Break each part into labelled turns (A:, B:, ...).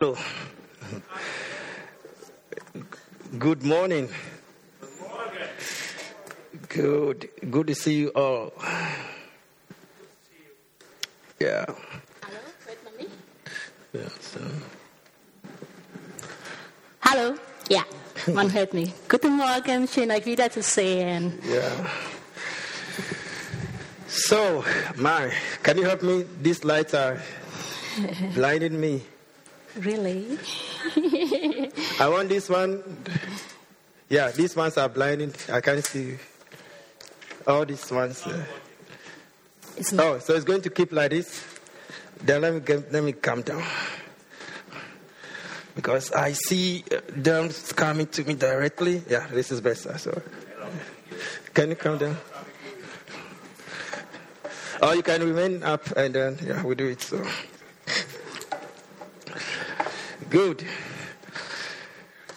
A: Hello. Good morning. Good. Good to see you all. Yeah.
B: Hallo, hört man mich?
A: Yeah. So.
B: Hallo, ja, man hört mich. Guten Morgen, schön euch wiederzusehen.
A: Yeah. So, man, can you help me? These lights are blinding me.
B: Really?
A: I want this one. Yeah, these ones are blinding. I can't see all these ones. uh,
B: It's not.
A: Oh, so it's going to keep like this. Then let me get, let me calm down because I see uh, them coming to me directly. Yeah, this is better. So, can you calm down? Or you can remain up and then yeah, we do it. So, good.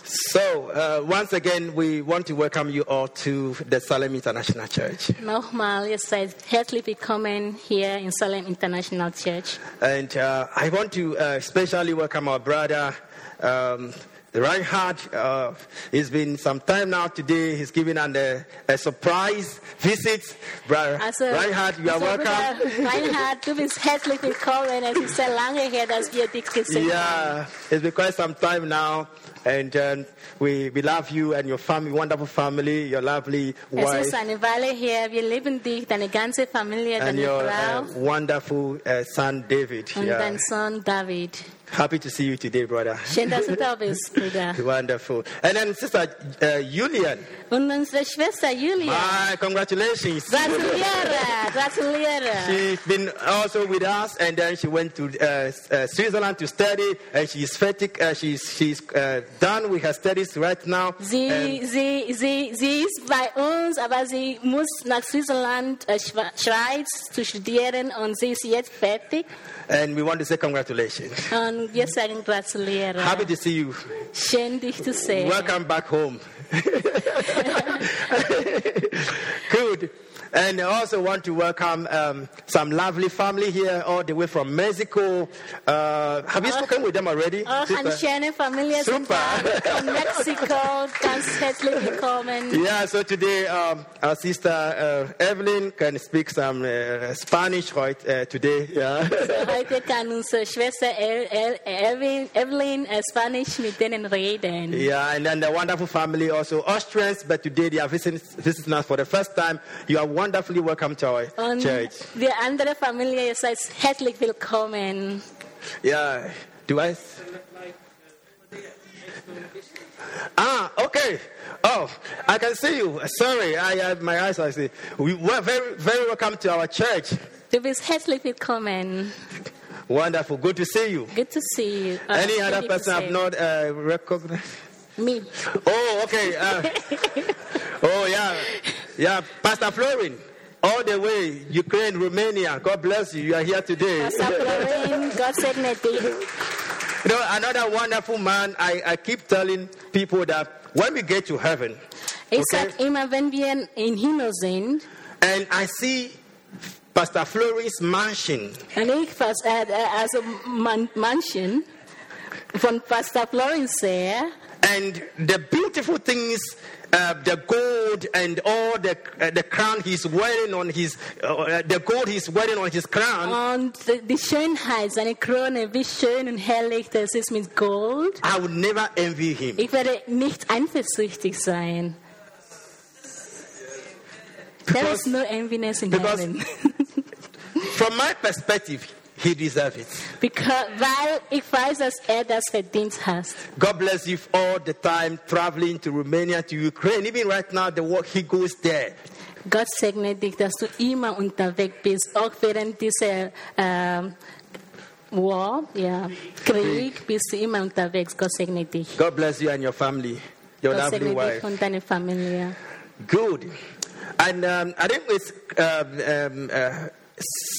A: So, uh, once again, we want to welcome you all to the Salem International Church.
B: Nochmal, ihr seid herzlich willkommen hier in Salem International Church.
A: And uh, I want to uh, especially welcome our brother um, Reinhard. Uh, it's been some time now today. He's giving us a, a surprise visit. Brother Reinhard, you are
B: also
A: welcome.
B: Bruder Reinhard, du bist herzlich willkommen. Es ist sehr lange her, dass wir dich gesehen
A: Yeah, it's been quite some time now. And um, we, we love you and your family, wonderful family, your lovely
B: haben.
A: wife.
B: Es ist eine Weile her. Wir lieben dich, deine ganze Familie,
A: And
B: deine
A: your
B: Frau
A: uh, wonderful uh, son David.
B: und
A: Yeah.
B: dein Sohn David.
A: Happy to see you today, brother.
B: Schön, dass du da bist, Bruder.
A: Wonderful. And then, Sister uh, Julian.
B: Und unsere Schwester Julia.
A: My congratulations.
B: Gratuliere, gratuliere.
A: She's been also with us, and then she went to uh, uh, Switzerland to study, and she's fatig- uh, she's she's uh, done with her studies right now. And-
B: Sie, sie, sie, sie ist bei uns, aber sie muss nach Switzerland, äh, Schwe- Schweiz zu studieren und sie ist jetzt fertig.
A: and we want to say congratulations.
B: Und wir sagen gratuliere.
A: Happy to see you.
B: Schön, dich zu sehen.
A: Welcome back home. Good. And I also want to welcome um, some lovely family here, all the way from Mexico. Uh, have you spoken with them already?
B: Auch
A: sister?
B: eine schöne Familie ist
A: Super.
B: da, von Mexiko. Ganz herzlich willkommen.
A: Yeah, so today um, our sister uh, Evelyn can speak some uh, Spanish right uh, today. Yeah.
B: Heute kann unsere Schwester El- El- Evelyn, Evelyn äh, Spanisch mit denen reden.
A: yeah, and then the wonderful family also Austrians, but today they are visiting, visiting us for the first time. You are wonderfully welcome to our
B: Und
A: church.
B: die andere Familie, ihr seid herzlich willkommen.
A: Yeah, do I? s- Ah, okay. Oh, I can see you. Sorry, I uh, my eyes. I see. We were very, very welcome to our church.
B: Du bist herzlich willkommen.
A: Wonderful. Good to see you.
B: Good to see you. Uh,
A: Any
B: good
A: other
B: to
A: person
B: see
A: I've
B: you.
A: not uh, recognized?
B: Me.
A: Oh, okay. Uh, oh, yeah. Yeah, Pastor Florin, all the way, Ukraine, Romania. God bless you. You are here today.
B: Pastor Florin, Gott segne dich.
A: You know, another wonderful man, I, I keep telling people that when we get to heaven,
B: Ich
A: Okay.
B: sag immer, wenn wir in Himmel sind,
A: and I see Pastor Florin's mansion,
B: und ich fast, äh, äh, also man, manchen von Pastor Florin sehe,
A: and the beautiful things, uh, the gold and all the, uh, the crown he's wearing on his, uh, uh, the gold he's wearing on his crown.
B: und die Schönheit, seine Krone, wie schön und herrlich das ist mit Gold.
A: I would never envy him.
B: Ich werde nicht eifersüchtig sein. There is no enviness in
A: Because-
B: heaven.
A: From my perspective, he deserves it.
B: Because, weil ich weiß, dass er das verdient hat.
A: God bless you all the time traveling to Romania, to Ukraine. Even right now, the work he goes there.
B: Gott segne dich, dass du immer unterwegs bist, auch während dieser ähm, War, ja, Krieg, bist du immer unterwegs. Gott segne dich.
A: God bless you and your family, your
B: Gott
A: lovely
B: segne dich
A: wife.
B: und deine Familie.
A: Good. And um, I think it's um, um, uh,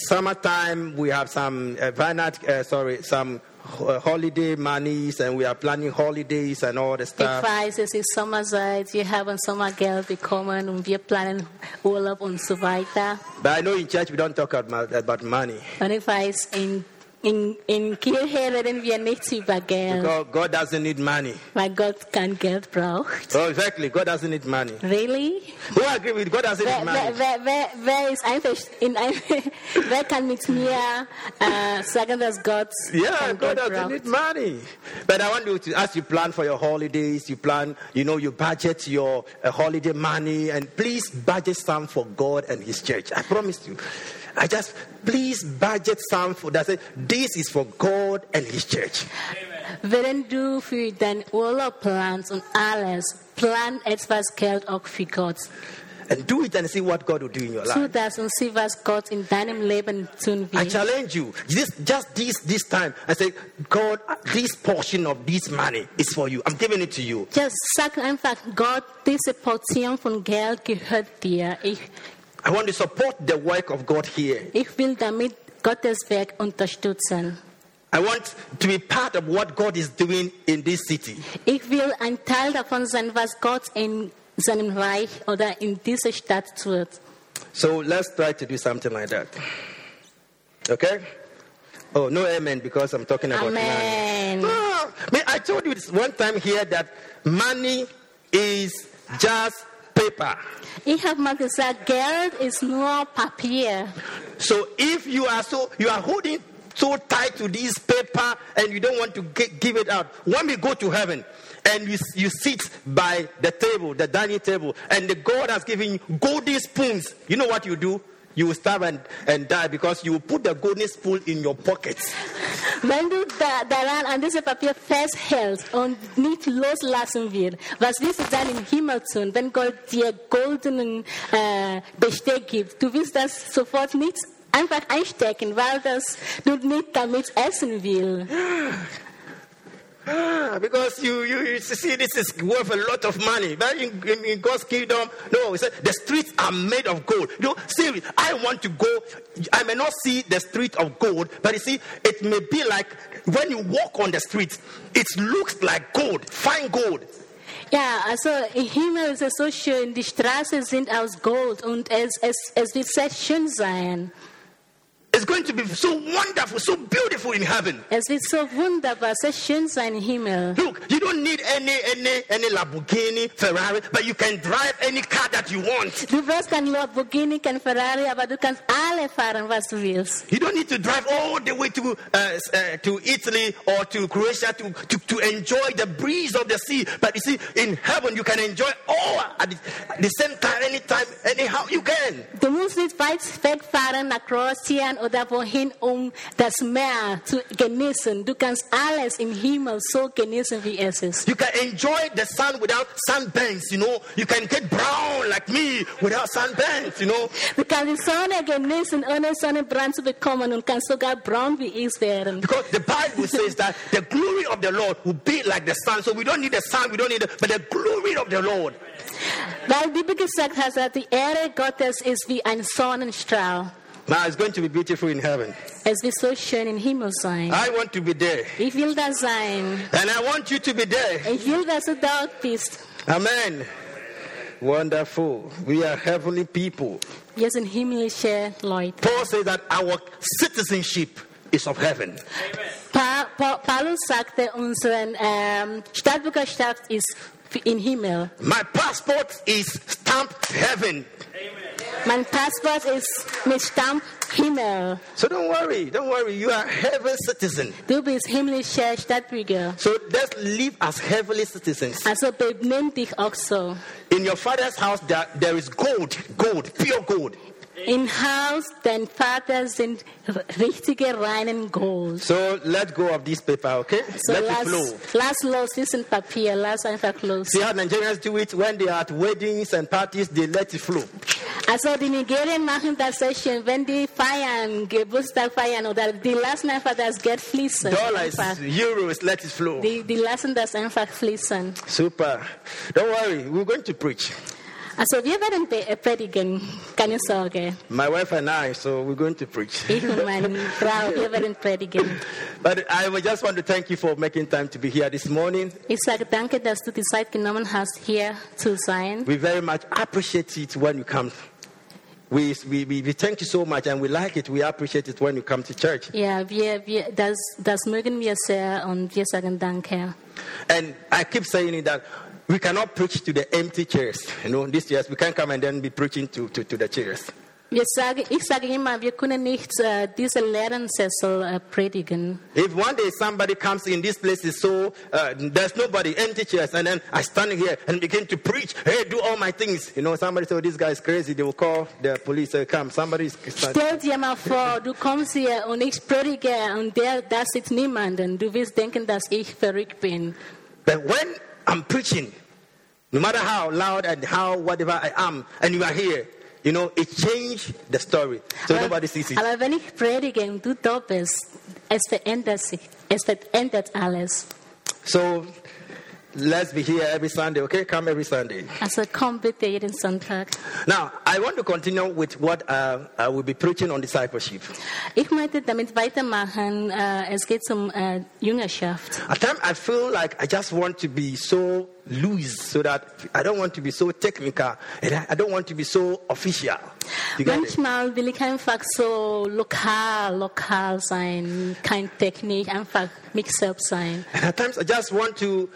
A: summertime. We have some uh, Vinat, uh, sorry, some uh, holiday monies, and we are planning holidays and all the
B: Ich
A: stuff.
B: weiß, es ist Sommerzeit, wir haben Sommergeld bekommen und wir planen Urlaub und so weiter.
A: But I know in church we don't talk about, about money.
B: Und ich weiß, in In, in Kirche reden wir nicht über Geld,
A: God, God doesn't need money.
B: weil Gott kein Geld braucht.
A: Oh, exactly. God doesn't need money.
B: Really?
A: Who agree with God doesn't need
B: Wer,
A: money?
B: wer, wer, wer, wer, ist einfach in ein, wer kann mit mir äh, sagen, dass Gott
A: Yeah,
B: kein
A: God
B: Geld
A: doesn't
B: braucht?
A: need money. But I want you to, as you plan for your holidays, you plan, you know, you budget your uh, holiday money, and please budget some for God and His church. I promise you. I just, please budget some for that. Say, This is for God and His church.
B: Während du für deinen Urlaub planst und alles, plan etwas Geld auch für Gott.
A: And do it and see what God will do in your life.
B: Tu das und sieh, was Gott in deinem Leben tun
A: I
B: will.
A: challenge you. This, just this this time, I say, God, this portion of this money is for you. I'm giving it to you.
B: Just sag einfach, Gott, diese Portion von Geld gehört dir. Ich,
A: I want to support the work of God here.
B: ich will damit Gottes Werk unterstützen.
A: I want to be part of what God is doing in this city.
B: Ich will ein Teil davon sein, was Gott in seinem Reich oder in dieser Stadt tut.
A: So let's try to do something like that. Okay? Oh, no amen because I'm talking about money.
B: Amen.
A: Ah, me- I told you this one time here that money is just paper.
B: Ich habe mal gesagt, Geld ist nur Papier.
A: So if you are so you are holding so tight to this paper and you don't want to gi- give it out, when we go to heaven and you, you sit by the table, the dining table, and the God has given you golden spoons, you know what you do? You will starve and, and die because you will put the golden spoon in your pocket.
B: Wenn du da, daran an diesem Papier festhältst und nicht loslassen wirst, was wirst du dann im Himmel tun, wenn Gott dir goldenen äh, Besteck gibt? Du wirst das sofort nicht einfach einstecken, weil das du nicht damit essen willst.
A: Ah, because you, you, you see, this is worth a lot of money. But in, in, in God's kingdom, no, he said, the streets are made of gold. You know, see, I want to go, I may not see the street of gold, but you see, it may be like when you walk on the street, it looks like gold, fine gold.
B: Ja, also im Himmel ist es so schön, die Straßen sind aus Gold und es, es, es wird sehr schön sein.
A: It's going to be so wonderful, so beautiful in heaven.
B: Es wird so wunderbar, sehr schön sein im Himmel.
A: Look, you don't need any, any, any Lamborghini, Ferrari, but you can drive any car that you want.
B: Du brauchst kein Lamborghini, kein Ferrari, aber du kannst alle fahren, was du willst.
A: You don't need to drive all the way to, uh, s- uh, to Italy or to Croatia to, to, to enjoy the breeze of the sea. But you see, in heaven, you can enjoy all at the, at the same time, anytime, anyhow you can.
B: Du musst nicht weit wegfahren nach Kroatien oder wohin, um das Meer zu genießen. Du kannst alles im Himmel so genießen, wie es ist.
A: You can enjoy the sun without sunburns, you know. You can get brown like me without sunburns, you know.
B: Du kannst die Sonne genießen, ohne Sonnenbrand zu bekommen und kannst sogar braun wie ich werden.
A: Because the Bible says that the glory of the Lord will be like the sun. So we don't need the sun, we don't need the, but the glory of the Lord.
B: Weil die Bibel gesagt hat, dass die Ehre Gottes ist wie ein Sonnenstrahl.
A: Now it's going to be beautiful in heaven.
B: Es wird so schön im Himmel sein.
A: I want to be there.
B: Ich will da sein.
A: And I want you to be there.
B: Ich will, dass du dort bist.
A: Amen. Wonderful. We are heavenly people.
B: Wir sind himmlische Leute.
A: Paul says that our citizenship is of heaven.
B: Pa pa Paulus sagte, unsere ähm, Staatsbürgerschaft ist f- im Himmel.
A: My passport is stamped heaven.
B: Mein Passport ist mit Stamm Himmel.
A: So don't worry, don't worry. You are heaven citizen.
B: Du bist himmlischer Staatsbürger.
A: So let's live as heavenly citizens.
B: Also benimm dich auch so.
A: In your father's house, there, there is gold, gold, pure gold.
B: Im Haus dein Vater sind r- richtige reinen Gold.
A: So let go of this paper, okay?
B: So
A: let it
B: lass,
A: flow.
B: lass los diesen Papier, lass einfach los.
A: See how Nigerians do it when they are at weddings and parties, they let it flow.
B: Also die Nigerier machen das sehr schön, wenn die feiern, Geburtstag feiern oder die lassen einfach das Geld fließen.
A: Dollars,
B: Einfach.
A: euros, let it flow.
B: Die, die lassen das einfach fließen.
A: Super. Don't worry, we're going to preach.
B: Also wir werden be- äh, predigen, keine Sorge.
A: My wife and I, so we're going to preach.
B: Ich und meine Frau, wir werden predigen.
A: But I would just want to thank you for making time to be here this morning.
B: Ich sage danke, dass du die Zeit genommen hast, hier zu sein.
A: We very much appreciate it when you come. we, we, we, we thank you so much and we like it. We appreciate it when you come to church.
B: Ja, wir, wir, das, das mögen wir sehr und wir sagen Danke.
A: And I keep saying it that we cannot preach to the empty chairs. You know, these chairs, we can't come and then be preaching to, to, to the chairs.
B: Wir sage, ich sage immer, wir können nicht äh, diese leeren Sessel äh, predigen.
A: If one day somebody comes in this place is so uh, there's nobody empty chairs, and then I stand here and begin to preach, hey, do all my things. You know, somebody say, oh, this guy is crazy. They will call the police. Say, come, somebody is.
B: Stell dir mal vor, du kommst hier und ich predige und der, da sitzt niemanden. Du wirst denken, dass ich verrückt bin.
A: But when I'm preaching, no matter how loud and how whatever I am, and you are here, you know, it changed the story. So nobody sees it.
B: aber wenn ich predige und du da bist, es verändert sich. Es verändert alles.
A: So let's be here every Sunday, okay? Come every Sunday.
B: Also komm bitte jeden Sonntag.
A: Now, I want to continue with what uh, I will be preaching on discipleship.
B: Ich möchte damit weitermachen. Äh, es geht um äh, Jüngerschaft.
A: At times, I feel like I just want to be so loose so that I don't want to be so technical and I- I don't want to be so official. You get it?
B: Manchmal will ich einfach so lokal, lokal sein, kein Technik, einfach mich selbst sein.
A: And at times, I just want to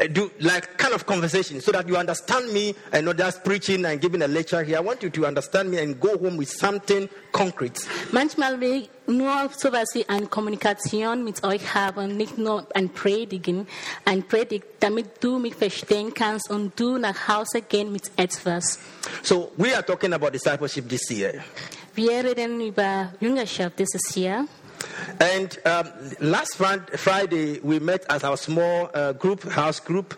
A: uh, do like kind of conversation so that you understand me and not just preaching and giving a lecture here. I want you to understand me and go home with something concrete.
B: Manchmal will ich nur sowas wie eine Kommunikation mit euch haben, nicht nur ein Predigen, ein Predigt, damit du mich verstehen kannst und du nach Hause gehen mit etwas.
A: So, we are talking about discipleship this year.
B: Wir reden über Jüngerschaft dieses Jahr.
A: And um, last Fri- Friday, we met at our small uh, group, house group.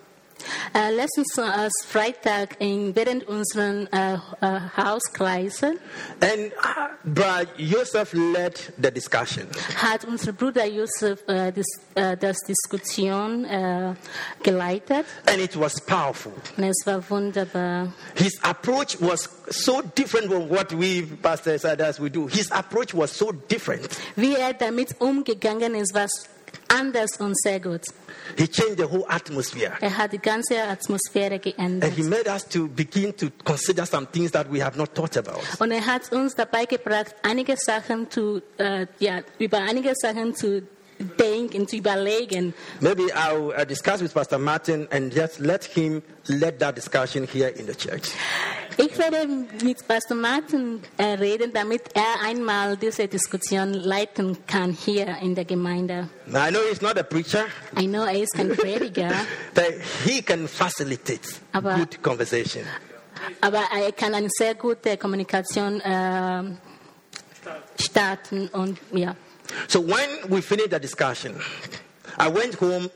B: Äh, letztens äh, Freitag in, während unseren äh, äh, Hauskreisen
A: And uh, Brad Joseph led the discussion.
B: hat unser Bruder Josef äh, das, äh, das Diskussion äh, geleitet
A: And it was powerful.
B: und es war wunderbar.
A: His approach was so different from what we pastors others we do. His approach was so different.
B: Wie er damit umgegangen ist, war anders und sehr gut.
A: He changed the whole atmosphere.
B: Er hat die ganze Atmosphäre
A: And he
B: geändert.
A: made us to begin to consider some things that we have not thought about.
B: Und er hat uns dabei gebracht, einige Sachen zu, äh, ja, über einige Sachen zu denken, zu überlegen.
A: Maybe I'll uh, discuss with Pastor Martin and just let him lead that discussion here in the church.
B: Ich werde mit Pastor Martin äh, reden, damit er einmal diese Diskussion leiten kann hier in der Gemeinde.
A: Now, I know he's not a preacher,
B: I know, er ist kein Prediger,
A: that he can facilitate
B: Aber-
A: good conversation.
B: aber er kann eine sehr gute Kommunikation ähm, starten und ja.
A: So when we finished the discussion, I went home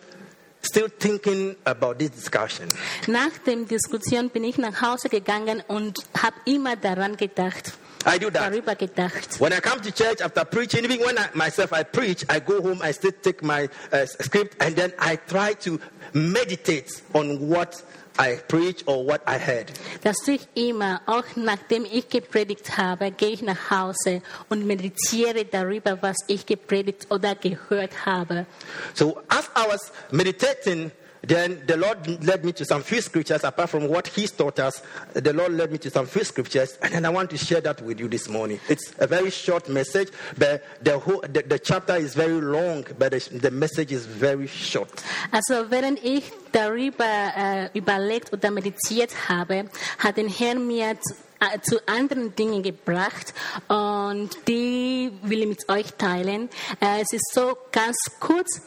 A: still thinking about this discussion.
B: Nach der Diskussion bin ich nach Hause gegangen und habe immer daran gedacht,
A: I do that.
B: darüber gedacht.
A: When I come to church after preaching, even when I, myself I preach, I go home, I still take my uh, script, and then I try to meditate on what I preach or what I heard.
B: Das tue ich immer, auch nachdem ich gepredigt habe, gehe ich nach Hause und meditiere darüber, was ich gepredigt oder gehört habe.
A: So as I was meditating, then the Lord led me to some few scriptures apart from what He's taught us. The Lord led me to some few scriptures, and then I want to share that with you this morning. It's a very short message, but the whole the, the chapter is very long, but the, the message is very short.
B: Also während ich darüber äh, überlegt oder meditiert habe, hat den Herrn mir zu, äh, zu anderen Dingen gebracht und die will ich mit euch teilen. Äh, es ist so ganz kurz.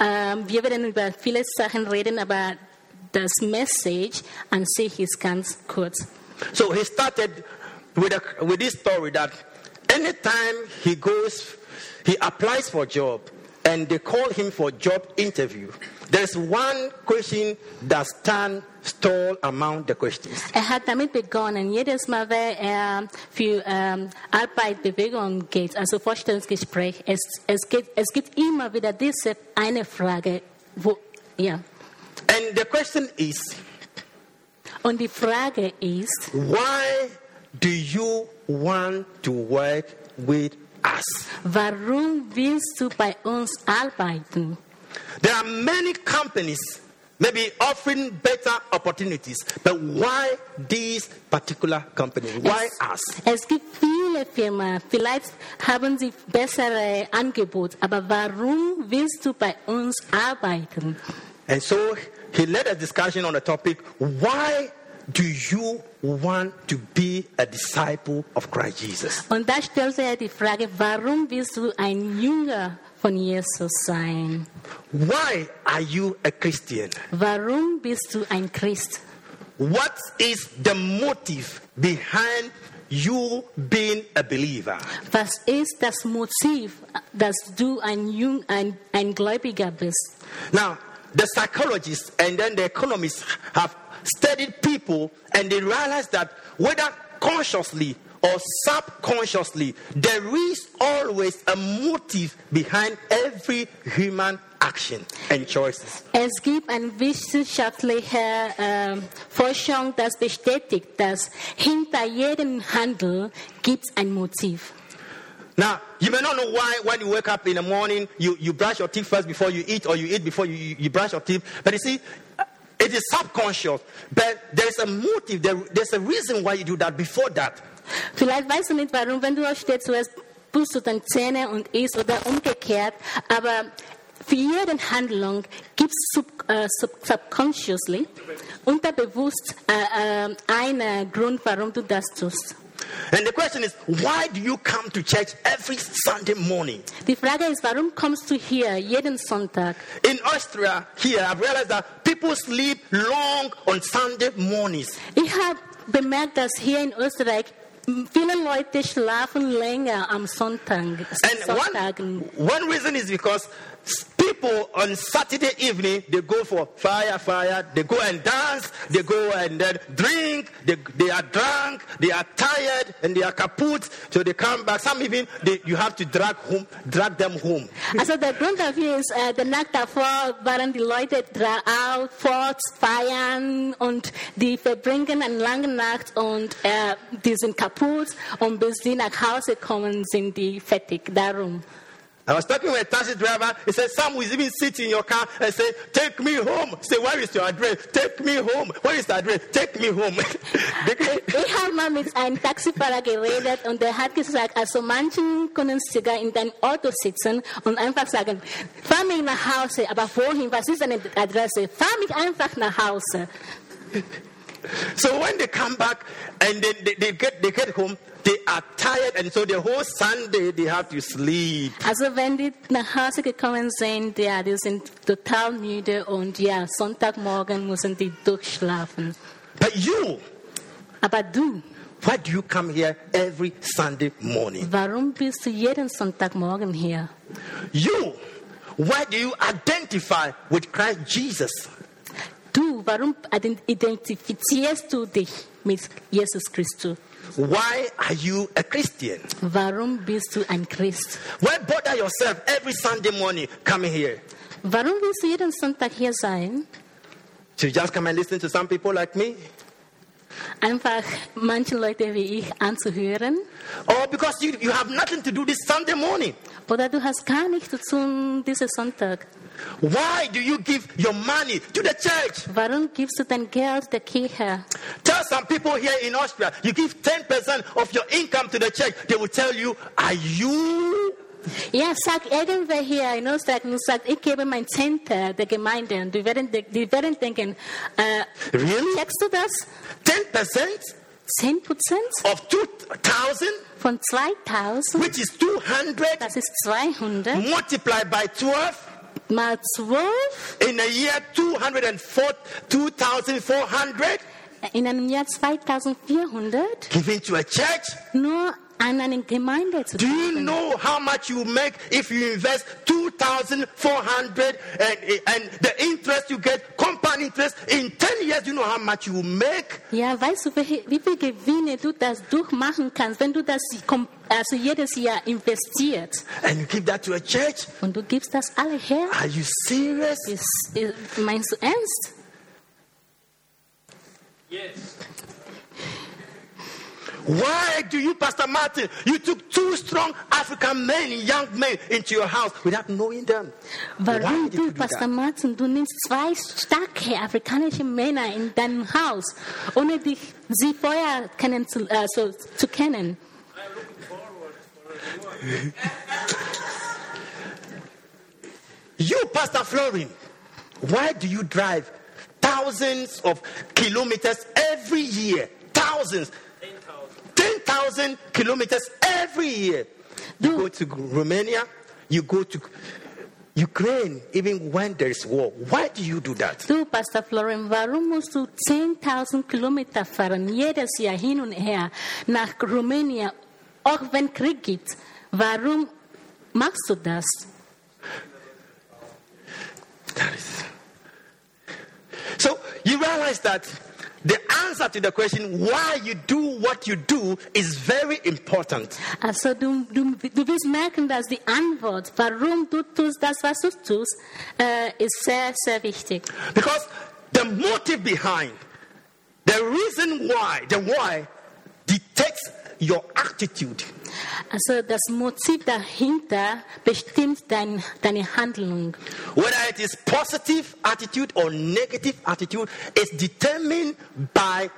B: Ähm, wir werden über viele Sachen reden, aber das Message an sich ist ganz kurz.
A: So he started with a, with this story that anytime he goes, he applies for job, and they call him for job interview. There's one question that stands tall among the questions.
B: Er hat damit begonnen, jedes Mal, wenn er für ähm, Arbeit, Bewegung geht, also Vorstellungsgespräch, es, es, geht, es gibt immer wieder diese eine Frage, wo, ja.
A: And the question is,
B: Und die Frage ist,
A: why do you want to work with us?
B: warum willst du bei uns arbeiten?
A: There are many companies Maybe offering better opportunities. But why this particular company? Why us?
B: Es gibt viele Firmen, vielleicht haben sie bessere Angebote, aber warum willst du bei uns arbeiten?
A: And so he led a discussion on the topic why do you want to be a disciple of Christ Jesus?
B: Und da stellte er die Frage, warum willst du ein Jünger von Jesus sein?
A: Why are you a Christian?
B: Warum bist du ein Christ?
A: What is the motive behind you being a believer?
B: Was ist das Motiv, dass du ein, Jüng, ein, ein Gläubiger bist?
A: Now, the psychologists and then the economists have studied people and they realize that whether consciously or subconsciously, there is always a motive behind every human action and choices.
B: Es gibt eine wissenschaftliche ähm, Forschung, das bestätigt, dass hinter jedem Handel gibt es ein Motiv.
A: Now, you may not know why when you wake up in the morning, you, you brush your teeth first before you eat, or you eat before you, you, you brush your teeth. But you see, it is subconscious. But there's a motive, there, there's a reason why you do that before that.
B: Vielleicht weißt du nicht warum, wenn du aufstehst, zuerst putzt du deine Zähne und isst oder umgekehrt, aber für jede Handlung gibt es sub, äh, sub, subconsciously, unterbewusst äh, äh, einen Grund, warum du das tust.
A: And the question is, why do you come to church every Sunday morning?
B: Die Frage ist, warum kommst du hier jeden Sonntag?
A: In Austria, here, I've realized that people sleep long on Sunday mornings.
B: Ich habe bemerkt, dass hier in Österreich viele Leute schlafen länger am Sonntag.
A: And one,
B: Sonntagen.
A: one reason is because people on Saturday evening they go for fire, fire, they go and dance, they go and then drink, they, they are drunk, they are tired, and they are kaput, so they come back. Some even they, you have to drag home, drag them home.
B: Also der Grund dafür ist, äh, der Nacht davor waren die Leute dra- out, fort, feiern und die verbringen eine lange Nacht und äh, die sind kaputt und bis sie nach Hause kommen, sind die fertig. Darum.
A: I was talking with a taxi driver. He said, Some will even sit in your car and say, Take me home. Say, Where is your address? Take me home. Where is the address? Take me home. Because-
B: Ich habe mal mit einem Taxifahrer geredet und der hat gesagt, also manchen können sogar in deinem Auto sitzen und einfach sagen, fahr mich nach Hause, aber wohin, was ist deine Adresse? Fahr mich einfach nach Hause.
A: so when they come back and they, they, they, get, they get home, they are tired. And so the whole Sunday they have to sleep.
B: Also wenn die nach Hause gekommen sind, ja, die sind total müde und ja, Sonntagmorgen müssen die durchschlafen.
A: But you,
B: Aber du,
A: why do you come here every Sunday morning?
B: warum bist du jeden Sonntagmorgen hier?
A: You, why do you identify with Christ Jesus?
B: Du, warum ident- identifizierst du dich mit Jesus Christus?
A: Why are you a Christian?
B: Warum bist du ein Christ?
A: Why bother yourself every Sunday morning coming here?
B: Warum willst du jeden Sonntag hier sein?
A: To just come and listen to some people like me?
B: Einfach manche Leute wie ich anzuhören?
A: Or because you, you have nothing to do this Sunday morning?
B: Oder du hast gar nichts zu tun diesen Sonntag?
A: Why do you give your money to the church?
B: Warum gibst du dein Geld der Kirche?
A: Tell some people here in Austria, you give 10% of your income to the church. They will tell you, Are you?
B: Ja, sag irgendwer hier in Österreich und sagt, ich gebe mein Zehnter der Gemeinde. Und die werden, de- die werden denken, äh,
A: Really?
B: checkst du das?
A: 10%
B: 10 Prozent
A: of 2,000,
B: von 2000?
A: which is 200,
B: Das ist 200
A: multiplied by 12
B: mal 12
A: in a year, 204 2,400
B: in einem Jahr 2400
A: given to a church.
B: nur an eine Gemeinde zu
A: Do you know how much you make if you invest 2,400 and, and the interest you get, compound interest, in 10 years, you know how much you make?
B: Ja, weißt du, welche, wie viel Gewinne du das durchmachen kannst, wenn du das kom- also jedes Jahr investierst
A: And you give that to a church?
B: und du gibst das alle her?
A: Are you serious?
B: Ist, ist, meinst du ernst?
C: Yes.
A: Why do you, Pastor Martin, you took two strong African men, young men, into your house without knowing them? Why
B: Warum
A: did you
B: du,
A: do
B: Pastor
A: that?
B: Martin, du nimmst zwei starke afrikanische Männer in deinem Haus, ohne dich, sie vorher kennen zu, äh, so, zu kennen?
A: You, Pastor Florin, why do you drive thousands of kilometers every year? Thousands. 10,000 kilometers every year. You
B: Do-
A: go to Romania, you go to Ukraine, even when there is war. Why do you do that?
B: Du, Pastor Florian, warum musst du 10.000 Kilometer fahren, jedes Jahr hin und her, nach Rumänien, auch wenn Krieg gibt? Warum machst du das?
A: That is. So you realize that the answer to the question why you do what you do is very important.
B: Also du, du, du wirst merken, dass die Antwort, warum du tust das, was du tust, äh, ist sehr, sehr wichtig.
A: Because the motive behind, the reason why, the why dictates your attitude.
B: Also das Motiv dahinter bestimmt dein, deine Handlung.
A: Whether it is positive attitude or negative attitude is determined by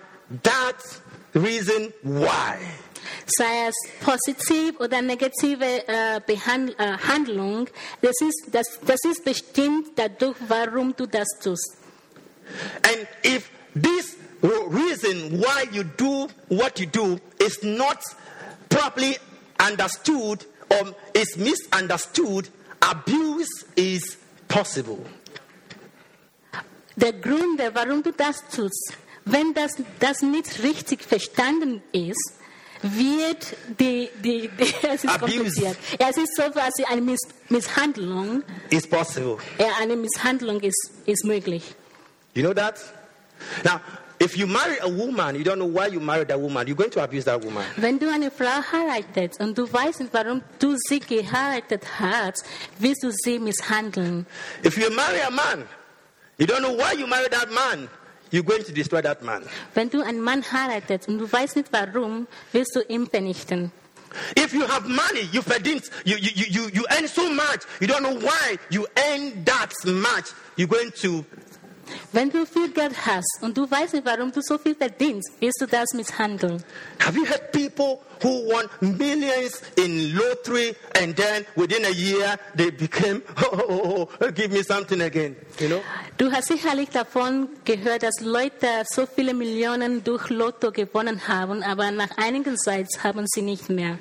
A: that reason why.
B: sei es positiv oder negative äh, Behand äh, Handlung, das ist, das, das ist bestimmt dadurch, warum du das tust.
A: And if this re- reason why you do what you do is not properly understood or is misunderstood, abuse is possible.
B: Der Grund, warum du das tust, wenn das, das nicht richtig verstanden ist, wird die, die, die es ist
A: Abuse.
B: kompliziert. Ja, es ist so etwas wie eine Miss, Misshandlung.
A: It's possible.
B: Ja, eine Misshandlung ist, ist möglich.
A: You know that? Now, if you marry a woman, you don't know why you married that woman, you're going to abuse that woman.
B: Wenn du eine Frau heiratest und du weißt nicht, warum du sie geheiratet hast, wirst du sie misshandeln.
A: If you marry a man, you don't know why you married that man, you're going to destroy that man.
B: Wenn du einen Mann heiratest und du weißt nicht warum, wirst du ihn vernichten.
A: If you have money, you verdient, you, you, you, you, you earn so much, you don't know why you earn that much, you're going to.
B: Wenn du viel Geld hast und du weißt nicht warum du so viel verdienst, wirst du das misshandeln.
A: Have you had people who won millions in lottery and then within a year they became, oh, oh, oh, oh give me something again, you know?
B: Du hast sicherlich davon gehört, dass Leute so viele Millionen durch Lotto gewonnen haben, aber nach einigen Zeit haben sie nicht mehr.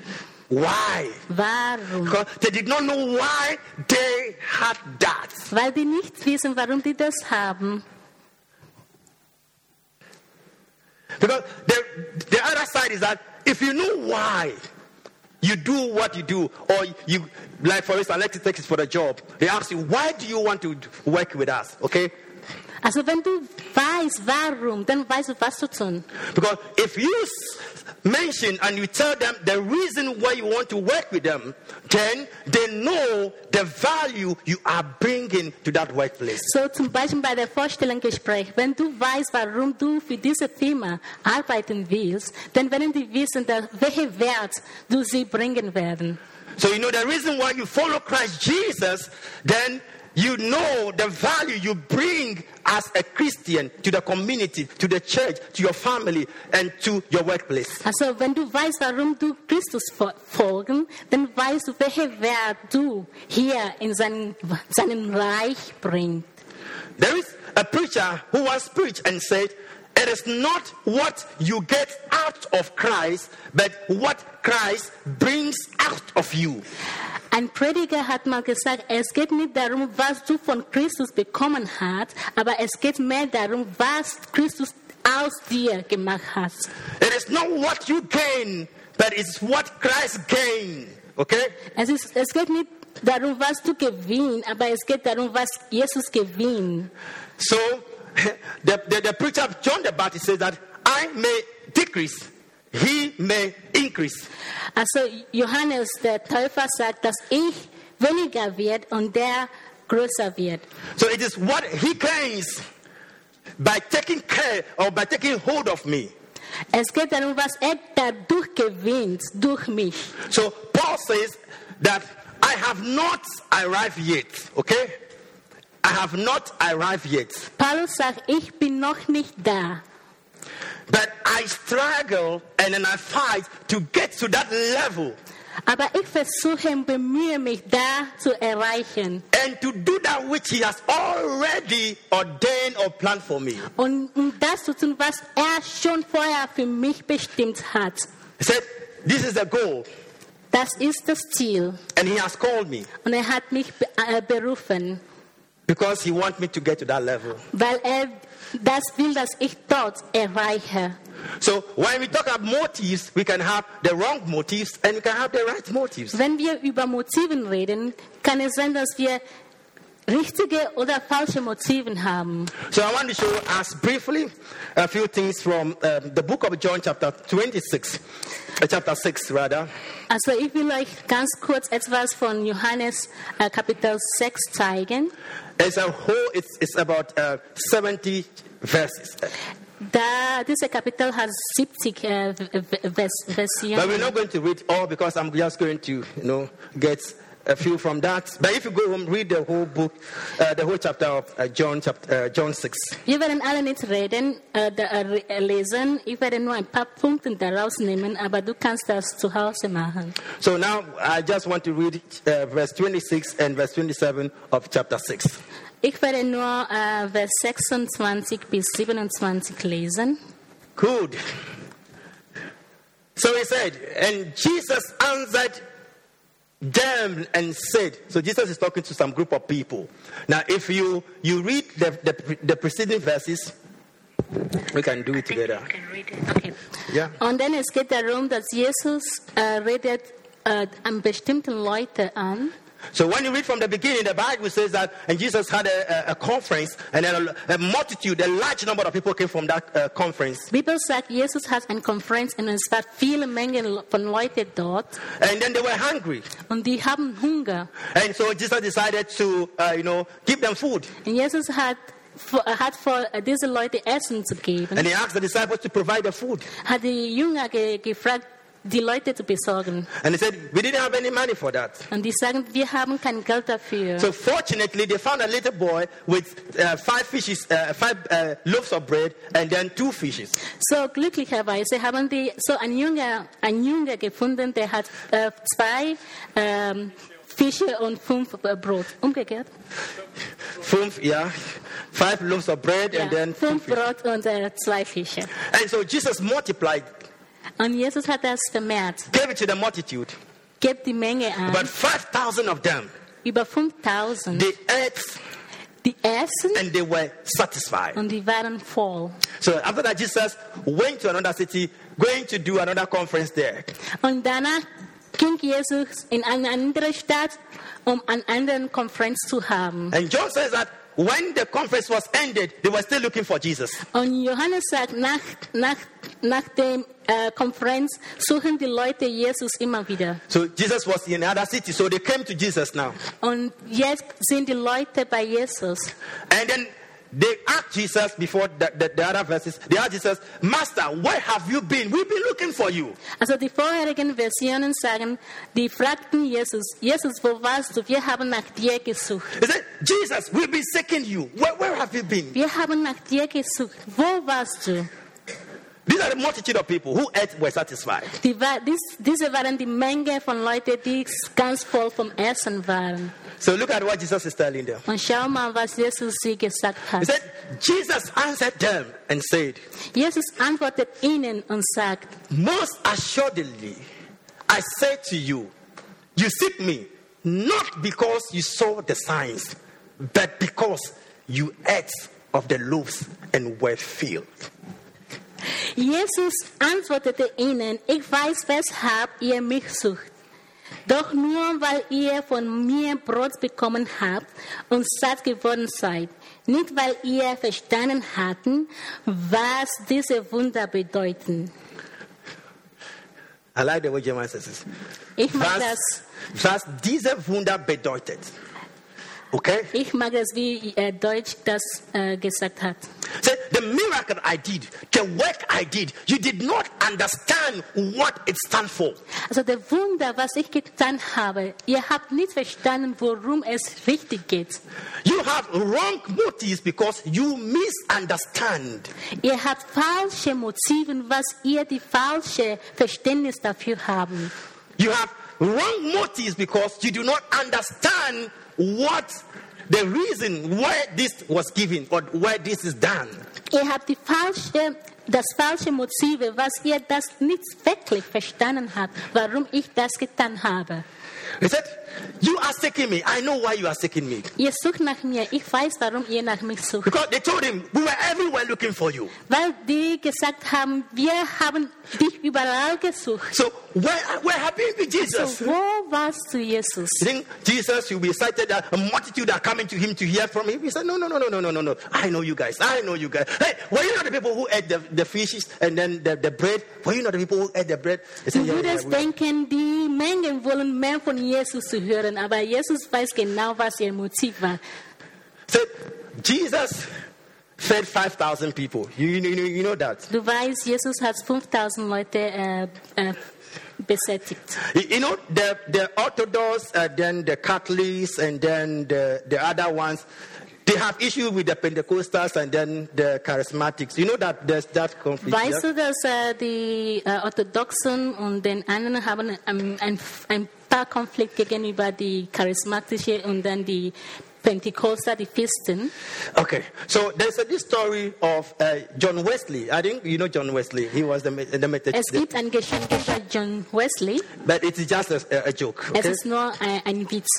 A: Why?
B: Warum?
A: Because they did not know why they had that.
B: Weil die nicht wissen, warum die das haben.
A: Because the, the other side is that if you know why you do what you do, or you, like for instance, let's take it for the job. They ask you, why do you want to work with us? Okay?
B: Also wenn du weißt, warum, dann weißt du, was zu tun.
A: Because if you s- mention and you tell them the reason why you want to work with them, then they know the value you are bringing to that workplace.
B: So zum Beispiel bei der Vorstellungsgespräch, wenn du weißt, warum du für diese Firma arbeiten willst, dann werden die wissen, dass, welchen Wert du sie bringen werden.
A: So you know the reason why you follow Christ Jesus, then you know the value you bring as a Christian to the community, to the church, to your family, and to your workplace.
B: Also wenn du weißt, warum du Christus fo- folgen, dann weißt du, welchen Wert du hier in seinen, seinem Reich bringst.
A: There is a preacher who once preached and said, It is not what you get out of Christ, but what Christ brings out of you.
B: Ein Prediger hat mal gesagt, es geht nicht darum, was du von Christus bekommen hast, aber es geht mehr darum, was Christus aus dir gemacht hat.
A: It is not what you gain, but it's what Christ gained. Okay?
B: Es, ist, es geht nicht darum, was du gewinnst, aber es geht darum, was Jesus gewinnt.
A: So the, the, the preacher John the Baptist says that I may decrease, he may increase.
B: Also Johannes der Täufer sagt, dass ich weniger wird und der größer wird.
A: So it is what he gains by taking care or by taking hold of me.
B: Es geht darum, was er dadurch gewinnt, durch mich.
A: So Paul says that I have not arrived yet. Okay? I have not arrived yet.
B: Paulus sagt, ich bin noch nicht da.
A: But I struggle and then I fight to get to that level.
B: Aber ich versuche und bemühe mich, da zu erreichen.
A: and to do that which he has already ordained or planned for me.
B: Und um das zu tun, was er schon vorher für mich bestimmt hat.
A: He said, This is the goal,
B: Das ist das Ziel.
A: and he has called me
B: Und er hat mich be äh, berufen,
A: because he wants me to get to that level.
B: weil er das will, dass ich dort erreiche.
A: So when we talk about motives, we can have the wrong motives and we can have the right motives.
B: Wenn wir über Motiven reden, kann es sein, dass wir richtige oder falsche Motiven haben.
A: So I want to show us briefly a few things from um, the book of John, chapter 26, uh, chapter 6, rather.
B: Also ich will euch ganz kurz etwas von Johannes äh, Kapitel 6 zeigen.
A: As a whole, it's, it's about uh, 70 verses.
B: Da, diese Kapitel hat 70 äh, Vers
A: But we're
B: Versionen.
A: not going to read all because I'm just going to, you know, get a few from that. But if you go home, read the whole book, uh, the whole chapter of uh, John, chapter, uh, John 6.
B: Wir werden alle nicht reden, äh, da, äh, re- lesen. Ich werde nur ein paar Punkte daraus nehmen, aber du kannst das zu Hause machen.
A: So now I just want to read uh, verse 26 and verse 27 of chapter 6.
B: Ich werde nur äh, Vers 26 bis 27 lesen.
A: Good. So he said, and Jesus answered them and said, so Jesus is talking to some group of people. Now, if you, you read the, the, the preceding verses, we can do it together.
B: Okay.
A: Yeah.
B: Und dann es geht darum, dass Jesus äh, redet äh, an bestimmten Leute an.
A: So when you read from the beginning, the Bible says that, and Jesus had a, a, a conference, and then a, a multitude, a large number of people came from that uh, conference.
B: Die Bibel sagt, Jesus hat eine Konferenz und es waren viele Mengen von Leuten dort
A: And then they were hungry.
B: und die haben Hunger.
A: And so Jesus decided to, uh, you know, give them food.
B: Und Jesus hat vor- hat vor, äh, diese Leute Essen zu geben.
A: And he asked the disciples to provide the food.
B: hat die Jünger ge gefragt, die Leute zu besorgen.
A: And he said, we didn't have any money for that.
B: Und die sagen, wir haben kein Geld dafür.
A: So fortunately, they found a little boy with uh, five fishes, uh, five uh, loaves of bread, and then two fishes.
B: So glücklicherweise haben die so ein Jünger, ein Jünger gefunden, der hat äh, zwei ähm, Fische und fünf äh, Brot. Umgekehrt?
A: Fünf, yeah, five loaves of bread, and then two
B: fünf
A: fishes.
B: Brot und äh, zwei Fische.
A: And so Jesus multiplied,
B: Und Jesus hat das vermehrt.
A: gave it to the multitude.
B: Gebt die Menge an.
A: But 5,000 of them,
B: Über 5000.
A: they ate
B: Die essen
A: and they were satisfied.
B: und die waren voll.
A: So after that, Jesus went to another city, going to do another conference there.
B: Und danach ging Jesus in eine andere Stadt, um an anderen Konferenz zu haben.
A: And John says that when the conference was ended, they were still looking for Jesus.
B: Und Johannes sagt, nach, nach, nach der äh, Konferenz suchen die Leute Jesus immer wieder.
A: So Jesus was in another city, so they came to Jesus now.
B: Und jetzt sind die Leute bei Jesus.
A: And then they asked Jesus before the, the, the other verses, they asked Jesus, Master, where have you been? We've been looking for you.
B: Also die vorherigen Versionen sagen, die fragten Jesus, Jesus, wo warst du? Wir haben nach dir gesucht.
A: He said, Jesus, we've been seeking you. Where, where have you been?
B: Wir haben nach dir gesucht. Wo warst du?
A: These are the multitude of people who ate were satisfied.
B: Die, wa- dies, diese waren die Menge von Leuten, die ganz voll vom Essen waren.
A: So look at what Jesus is telling them.
B: Und schau mal, was Jesus sie gesagt
A: He
B: hat.
A: said, Jesus answered them and said,
B: Jesus antwortet ihnen und sagt,
A: Most assuredly, I say to you, you seek me not because you saw the signs, but because you ate of the loaves and were filled.
B: Jesus antwortete ihnen, ich weiß, weshalb ihr mich sucht. Doch nur weil ihr von mir Brot bekommen habt und satt geworden seid, nicht weil ihr verstanden hatten, was diese Wunder bedeuten.
A: I like the way German says it.
B: Ich mag das.
A: was diese Wunder bedeutet. Okay?
B: Ich mag es, wie äh, Deutsch das äh, gesagt hat.
A: Say, the miracle I did, the work I did, you did not understand what it stands for.
B: Also der Wunder, was ich getan habe, ihr habt nicht verstanden, worum es richtig geht.
A: You have wrong motives because you misunderstand.
B: Ihr habt falsche Motiven, was ihr die falsche Verständnis dafür haben.
A: You have wrong motives because you do not understand what the reason why this was given or why this is done.
B: Ihr habt die falsche, das falsche Motive, was ihr das nicht wirklich verstanden habt, warum ich das getan habe.
A: He said, You are seeking me. I know why you are seeking me.
B: Ihr sucht nach mir, ich weiß, warum ihr nach mir sucht.
A: Because they told him, We were everywhere looking for you.
B: Weil die gesagt haben, wir haben dich überall gesucht.
A: So, where, where have you been, Jesus?
B: So, wo warst du, Jesus?
A: You think Jesus, you'll be excited that a multitude are coming to him to hear from him? He said, No, no, no, no, no, no, no, no. I know you guys. I know you guys. Hey, were you not the people who ate the, the fishes and then the, the bread? Were you not the people who ate the bread? He said,
B: Du würdest
A: we-
B: denken, die Mengen wollen mehr von Jesus zu hören, aber Jesus weiß genau, was ihr Motiv war.
A: Said, Jesus fed 5,000 people. You, you, know- you know that.
B: Du weißt, Jesus hat 5000 Leute äh, äh, besättigt.
A: You, you know, the, the Orthodox, uh, then the Catholics, and then the, the other ones. They have issue with the Pentecostals and then the Charismatics. You know that there's that conflict. yeah?
B: Weißt du, dass äh, die äh, Orthodoxen und den anderen haben ähm, ein, ein paar Konflikte gegenüber die charismatische und dann die Pentecoster, die Pfingsten.
A: Okay, so there's a, this story of uh, John Wesley. I think you know John Wesley. He was the me- the, method,
B: Es gibt ein Geschichte über John Wesley.
A: but it is just a, a joke.
B: Es
A: Okay?
B: ist nur äh, ein Witz.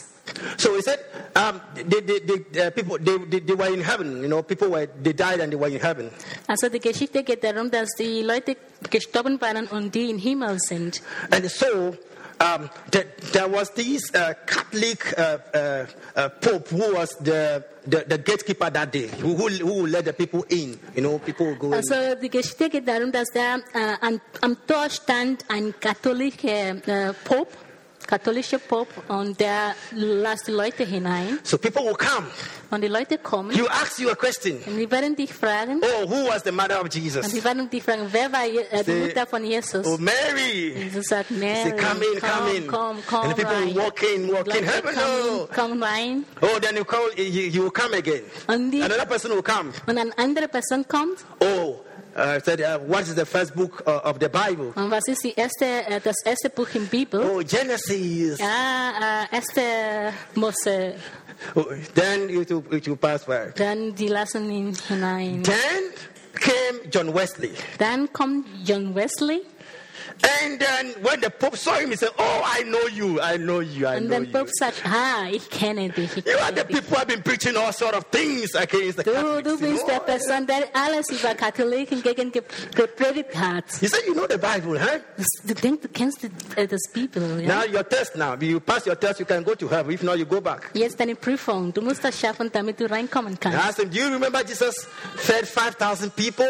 A: So he said, um, they, they, they, uh, people they, they, they were in heaven. You know, people were they died and they were in heaven.
B: Also die Geschichte geht darum, dass die Leute gestorben waren und die im Himmel sind.
A: And so um, there, there was this uh, Catholic uh, uh, uh, Pope who was the, the, the gatekeeper that day, who, who, who let the people in. You know, people would go. in.
B: Also die Geschichte geht darum, dass da äh, an, am Tor stand ein katholischer äh, Pop, katholischer Pop, und der lässt die Leute hinein.
A: So people will come.
B: Und die Leute kommen
A: You ask you a question.
B: und die werden dich fragen,
A: Oh, who was the mother of Jesus?
B: und die werden dich fragen, wer war Je- äh, die
A: Sie-
B: Mutter von Jesus?
A: Oh, Mary.
B: Jesus sagt,
A: Say,
B: Mary,
A: come in, come in.
B: komm, komm
A: and the people
B: rein.
A: walk in, walk in.
B: Leute,
A: Heaven, no.
B: komm, komm rein.
A: Oh, then you call, you, you will come again.
B: Und, die,
A: Another person will come.
B: und eine andere Person kommt
A: Oh, uh, said, uh, what is the first book uh, of the Bible?
B: Und was ist die erste, äh, das erste Buch in Bibel?
A: Oh, Genesis.
B: Ja, äh, erste Mose.
A: Oh, then it will, it will pass by.
B: Dann die lassen ihn hinein.
A: Then came John Wesley.
B: Dann kommt John Wesley.
A: And then when the Pope saw him, he said, Oh, I know you, I know you, I
B: Und
A: know
B: dann
A: you.
B: Bob sagt, ah, ich kenne dich. Ich
A: You are the
B: kenne dich.
A: people who have been preaching all sort of things against the
B: Du,
A: Catholics.
B: du
A: you
B: bist
A: know.
B: der Person, der alles über Katholiken gegen ge- gepredigt hat.
A: He said, You know the Bible, huh?
B: Das- Du denkst, du kennst die, äh, das Bibel. Ja?
A: Now your test now. If you pass your test, you can go to heaven. If not, you go back.
B: Jetzt deine Prüfung. Du musst das schaffen, damit du reinkommen
A: I
B: kannst.
A: asked him, Do you remember Jesus fed 5,000 people?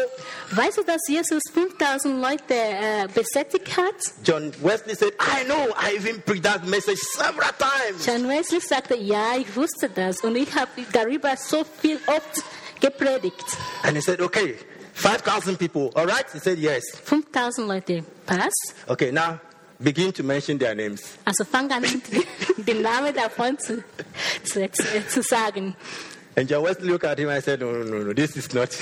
B: Weißt du, dass Jesus 5000 Leute äh, besättigt hat?
A: John Wesley said, I know. I even preached that message several times.
B: John Wesley sagte, ja, ich wusste das und ich habe darüber so viel oft gepredigt.
A: And he said, Okay, 5,000 people. All right? He said, Yes.
B: 5000 Leute, pass.
A: Okay, now begin to mention their names.
B: Also fang an, den Namen davon zu, zu, zu, zu sagen.
A: And John Wesley looked at him and said, No, no, no, no, this is not.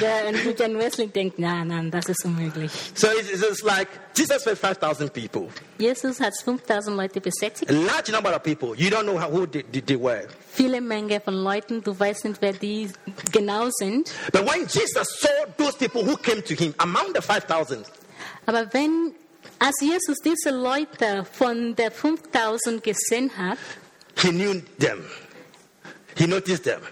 B: Ja, und John Wesley denkt, nein, nein, das ist unmöglich.
A: so it's, it's just like Jesus fed 5,000 people,
B: Jesus hat 5000 Leute besättigt.
A: a large number of people. You don't know how, who they, they, they were.
B: Viele Menge von Leuten, du weißt nicht, wer die genau sind.
A: But when Jesus saw those people who came to him, among the 5,000,
B: Aber wenn, als Jesus diese Leute von der 5000 gesehen hat,
A: He knew them. He noticed them.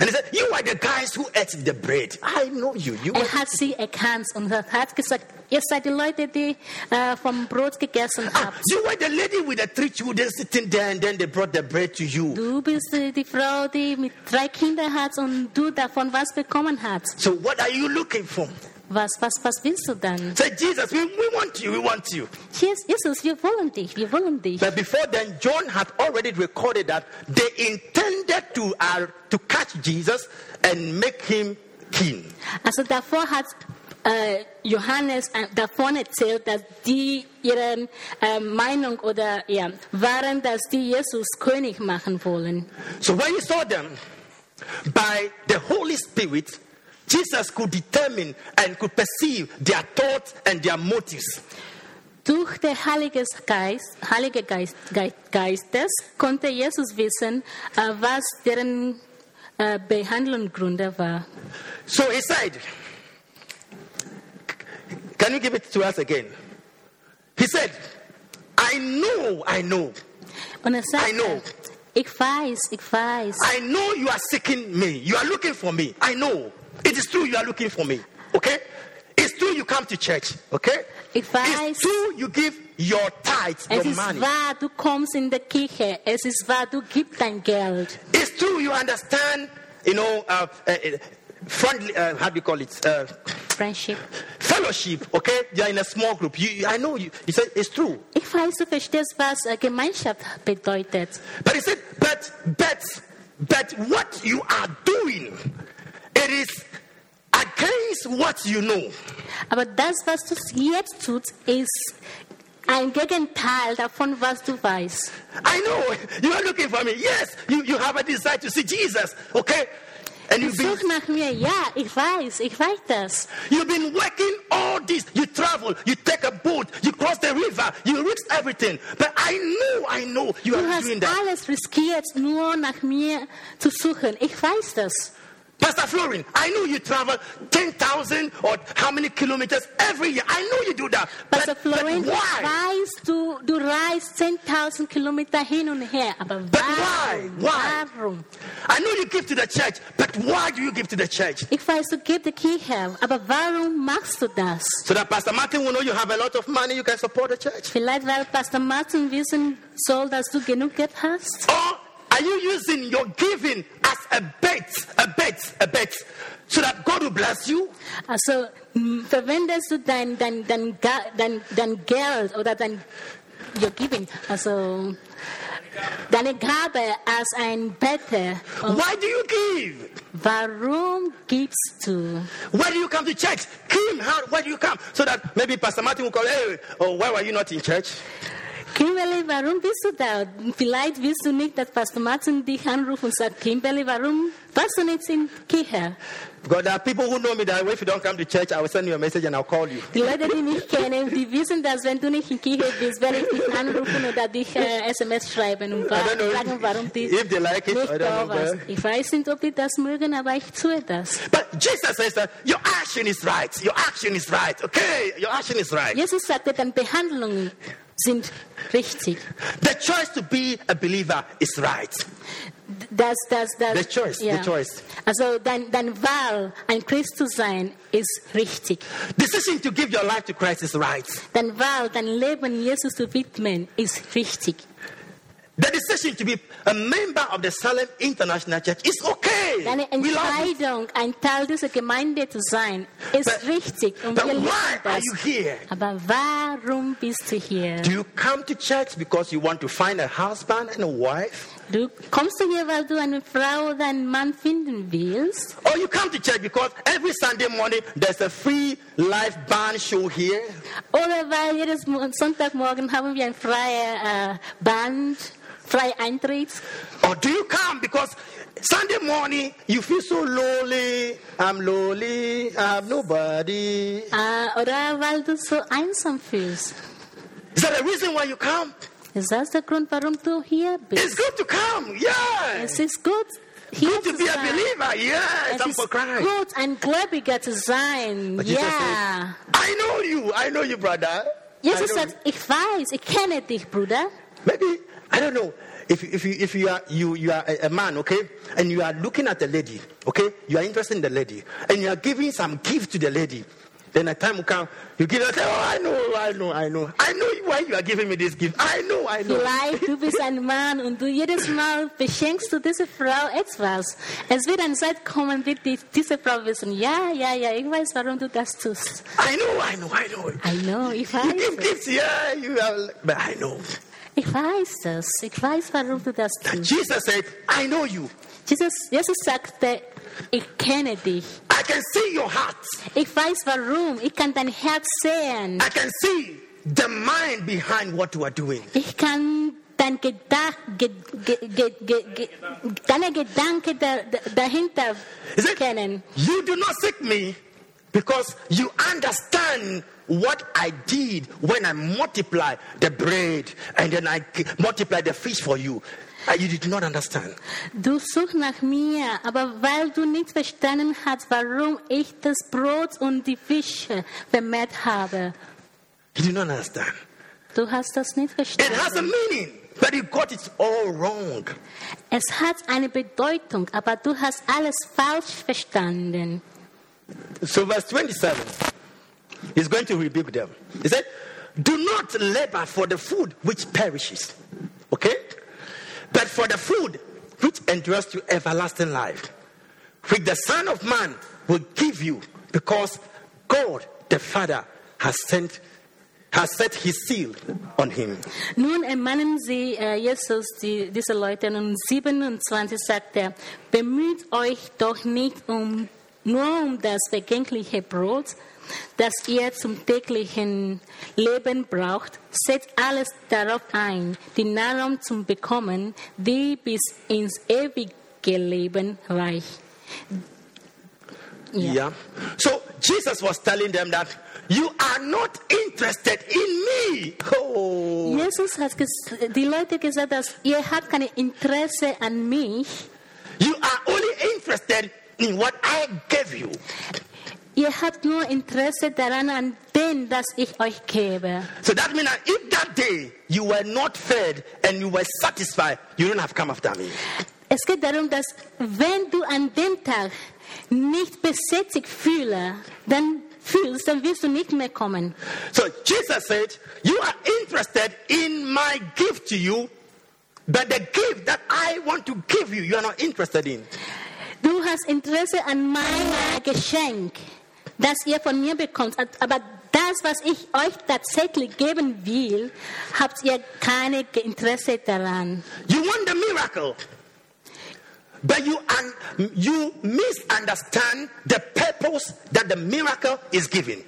A: And he said, You are the guys who ate the bread. I know you. You were.
B: Er hat sie erkannt und er hat gesagt, ihr seid die Leute, die äh, vom Brot gegessen habt.
A: You were the lady with the three children sitting there, and then they brought the bread to you.
B: Du bist äh, die Frau, die mit drei Kindern hat und du davon was bekommen hast.
A: So, what are you looking for?
B: Was, was, was willst du dann?
A: Say, Jesus, we, we want you, we want you.
B: Jesus, Jesus, wir wollen dich, wir wollen dich.
A: But before then, John had already recorded that they intended to, uh, to catch Jesus and make him king.
B: Also davor hat äh, Johannes äh, davon erzählt, dass die ihre äh, Meinung oder ja, waren, dass die Jesus König machen wollen.
A: So when he saw them, by the Holy Spirit, Jesus could determine and could perceive their thoughts and their motives.
B: Durch den Heiligen Geist, Heilige Geist, Ge- Geistes konnte Jesus wissen, äh, was deren äh, Behandlungsgründe war.
A: So he said, Can you give it to us again? He said, I know, I know,
B: Und er sagte,
A: I know.
B: ich weiß, ich weiß.
A: I know you are seeking me. You are looking for me. I know. It is true you are looking for me. Okay? It's true you come to church. Okay?
B: Ich weiß.
A: It's true you give your tithes,
B: Es
A: your
B: ist
A: money.
B: wahr, du kommst in die Kirche. Es ist wahr, du gibst dein Geld.
A: It's true you understand, you know, uh, uh, uh, friendly, uh, how do you call it? Uh,
B: Friendship.
A: fellowship. Okay? You are in a small group. You, you- I know you. He said, it's true.
B: Ich weiß, du verstehst, was äh, Gemeinschaft bedeutet.
A: But he said, but, but, but what you are doing, it is against what you know.
B: Aber das, was du jetzt tust, ist ein Gegenteil davon, was du weißt.
A: I know you are looking for me. Yes, you, you have a desire to see Jesus, okay? And
B: Du
A: you've been,
B: suchst nach mir, ja, ich weiß, ich weiß das.
A: you've been working all this. You travel, you take a boat, you cross the river, you risk everything. But I know, I know you
B: Du
A: are
B: hast
A: doing that.
B: alles riskiert, nur nach mir zu suchen. Ich weiß das.
A: Pastor Florin, I know you travel 10,000 or how many kilometers every year. I know you do that. But,
B: Pastor Florin,
A: but why?
B: Also weißt du, du reist 10.000 Kilometer hin und her. Aber
A: But why?
B: warum?
A: Why?
B: Warum?
A: I know you give to the church, but why do you give to the church?
B: Ich weiß, du gibst die Kirche, aber warum machst du das?
A: So that Pastor Martin will know you have a lot of money, you can support the church.
B: Vielleicht, weil Pastor Martin wissen soll, dass du genug Geld hast?
A: Or are you using your giving as a bet, a bet, a bet, so that God will bless you?
B: Also m, verwendest du dein, dein, dein, Ga- dein, dein Geld oder dein your giving, also deine Gabe als ein Bette. Und
A: Why do you give?
B: warum gibst du?
A: Why do you come to church? Kim, how, why do you come? So that maybe Pastor Martin will call, hey, oh, why were you not in church?
B: Kimberly, warum bist du da? Vielleicht willst du nicht, dass Pastor Martin dich anruft und sagt, Kimberly, warum warst du nicht in Kirche?
A: Because there are people who know me that if you don't come to church, I will send you a message and I'll call you.
B: Die Leute, die mich kennen, die wissen, dass wenn du nicht in Kirche bist, werde ich dich anrufen oder dich äh, SMS schreiben und
A: I don't know
B: fragen, warum
A: if,
B: die
A: if they like it.
B: nicht
A: I don't
B: da
A: know.
B: warst.
A: but-
B: Ich weiß nicht, ob die das mögen, aber ich tue das.
A: But Jesus says that your action is right. Your action is right. Okay, your action is right.
B: Jesus sagte, deine Behandlungen sind richtig.
A: The choice to be a believer is right.
B: Das, das, das,
A: The choice, the choice.
B: Also dein, dein Wahl, ein Christ zu sein, ist richtig.
A: Decision to give your life to Christ is right.
B: Dein Wahl, dein Leben Jesus zu widmen, ist richtig.
A: The decision to be a member of the Salem International Church is okay.
B: Deine
A: We love you.
B: Entscheidung, ein Teil dieser Gemeinde zu sein, ist
A: But-
B: richtig. Und
A: But
B: wir lieben
A: why are
B: das.
A: you here?
B: Aber warum bist du hier?
A: Do you come to church because you want to find a husband and a wife?
B: Du kommst du hier, weil du eine Frau oder einen Mann finden willst?
A: Or you come to church because every Sunday morning there's a free live band show here?
B: Oder weil jedes Mo- Sonntagmorgen haben wir ein freie äh, Band, frei Eintritt?
A: Or do you come because Sunday morning you feel so lonely? I'm lonely, I'm nobody.
B: Äh, oder weil du so einsam fühlst?
A: Is that the reason why you come?
B: Ist das der Grund, warum du hier
A: It's
B: bist?
A: good to come, yeah.
B: Es ist gut, hier
A: Good to
B: zu
A: be a
B: sein.
A: believer, yes.
B: Es
A: I'm
B: ist
A: for Christ.
B: gut, ein Gläubiger zu sein.
A: But Jesus
B: Ja.
A: I know you. I know you, brother. I
B: Jesus
A: know
B: sagt, ich weiß, ich kenne dich, Bruder.
A: you. Maybe I don't know. If, you- if you if you are you you are a, a man, okay, and you are looking at a lady, okay, you are interested in the lady, and you are giving some gift to the lady. Then a time will come, you give it, oh, I know, I know, I know. I know why you are giving me this gift. I know, I know.
B: Vielleicht du bist ein Mann und du jedes Mal beschenkst du diese Frau etwas. Es wird eine Zeit kommen, wird die, diese Frau wissen, ja, ja, ja, ich weiß, warum du das tust.
A: I know, I know, I know.
B: I know, ich
A: You give
B: weiß,
A: gifts, yeah, you have, but I know.
B: ich weiß das. Ich weiß, warum du das tust.
A: Jesus said, I know you.
B: Jesus, Jesus sagte, ich kenne dich.
A: I can see your heart.
B: Ich weiß warum. Ich kann dein Herz sehen.
A: I can see the mind behind what you are doing.
B: Ich kann dein Gedach, ge, ge, ge, ge, ge, deine Gedanken da, da, dahinter
A: Is it?
B: kennen.
A: You do not seek me because you understand what I did when I multiplied the bread and then I c- multiplied the fish for you. And you did not understand.
B: Du suchst nach mir, aber weil du nicht verstanden hast, warum ich das Brot und die Fische vermehrt habe.
A: You did not understand.
B: Du hast das nicht
A: It has a
B: verstanden.
A: meaning, but you got it all wrong.
B: Es hat eine Bedeutung, aber du hast alles falsch verstanden.
A: So, verse 27 is going to rebuke them. He said, Do not labor for the food which perishes, okay? But for the food which endures to everlasting life, which the Son of Man will give you, because God the Father has sent. Has set his seal on him.
B: Nun ermannen sie äh, Jesus die, diese Leute und um 27 sagt er, bemüht euch doch nicht um, nur um das vergängliche Brot, das ihr zum täglichen Leben braucht, setzt alles darauf ein, die Nahrung zu bekommen, die bis ins ewige Leben reicht.
A: Yeah. So Jesus was telling them that you are not interested in me. Oh.
B: Jesus hat ges- die Leute gesagt, dass ihr habt kein Interesse an mich,
A: You are only interested in what I gave you.
B: Ihr habt nur Interesse daran, an dem, das ich euch gebe.
A: So that means that if that day you were not fed and you were satisfied, you don't have come after me.
B: Es geht darum, dass wenn du an dem Tag nicht besättigt fühle, dann fühlst, dann wirst du nicht mehr kommen.
A: So Jesus said, You are interested in my gift to you, but the gift that I want to give you, you are not interested in.
B: Du hast Interesse an meinem Geschenk, das ihr von mir bekommt. Aber das, was ich euch tatsächlich geben will, habt ihr keine Interesse daran.
A: You want the miracle. But you, un- you misunderstand the purpose that the miracle is giving.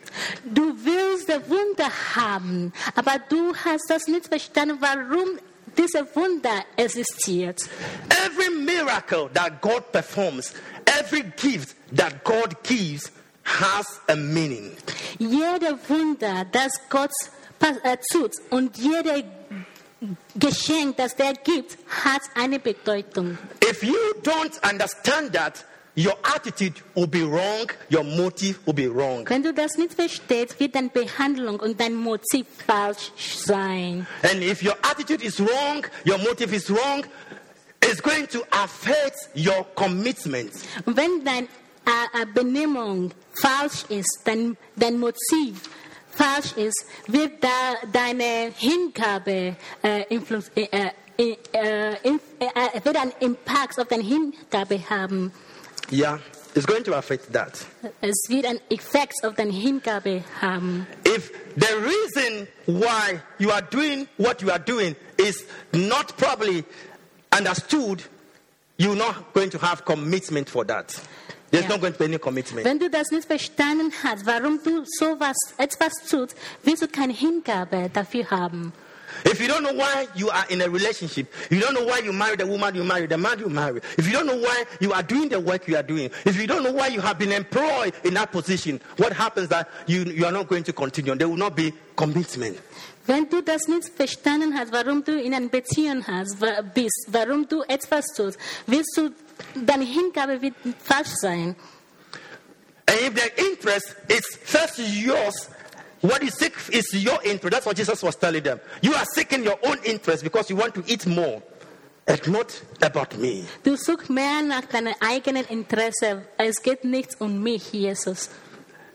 B: Du willst das Wunder haben, aber du hast das nicht verstanden, warum dieses Wunder existiert.
A: Every miracle that God performs, every gift that God gives has a meaning.
B: Jeder Wunder, das Gott pass- äh, tut und jeder Geschenk, das der gibt, hat eine Bedeutung.
A: If you don't understand that, your attitude will be wrong, your motive will be wrong.
B: Wenn du das nicht verstehst, wird deine Behandlung und dein Motiv falsch sein.
A: And if your attitude is wrong, your motive is wrong, it's going to affect your commitment.
B: Und wenn deine äh, äh, Benehmung falsch ist, dein, dein Motiv falsch ist, wird da deine Hingabe äh, influ- äh, äh, äh, inf- äh, äh, wird einen Impact auf deine Hingabe haben.
A: Yeah, it's going to affect that.
B: Es wird einen Effekt auf deine Hingabe haben.
A: If the reason why you are doing what you are doing is not properly understood, you're not going to have commitment for that. There's
B: Yeah.
A: not going to be any commitment.
B: Wenn du das nicht verstanden hast, warum du sowas etwas tust, wirst du keine Hingabe dafür haben.
A: If you don't know why you are in a relationship, you don't know why you married the woman you married, the man you married, if you don't know why you are doing the work you are doing, if you don't know why you have been employed in that position, what happens that you, you are not going to continue? There will not be commitment.
B: Wenn du das nicht verstanden hast, warum du in einer Beziehung hast, wa- bist, warum du etwas tust, wirst du, deine Hingabe wird falsch sein.
A: And if their interest is first yours, what you seek is your interest. That's what Jesus was telling them. You are seeking your own interest because you want to eat more. And not about me.
B: Du suchst mehr nach deinem eigenen Interesse. Es geht nicht um mich, Jesus.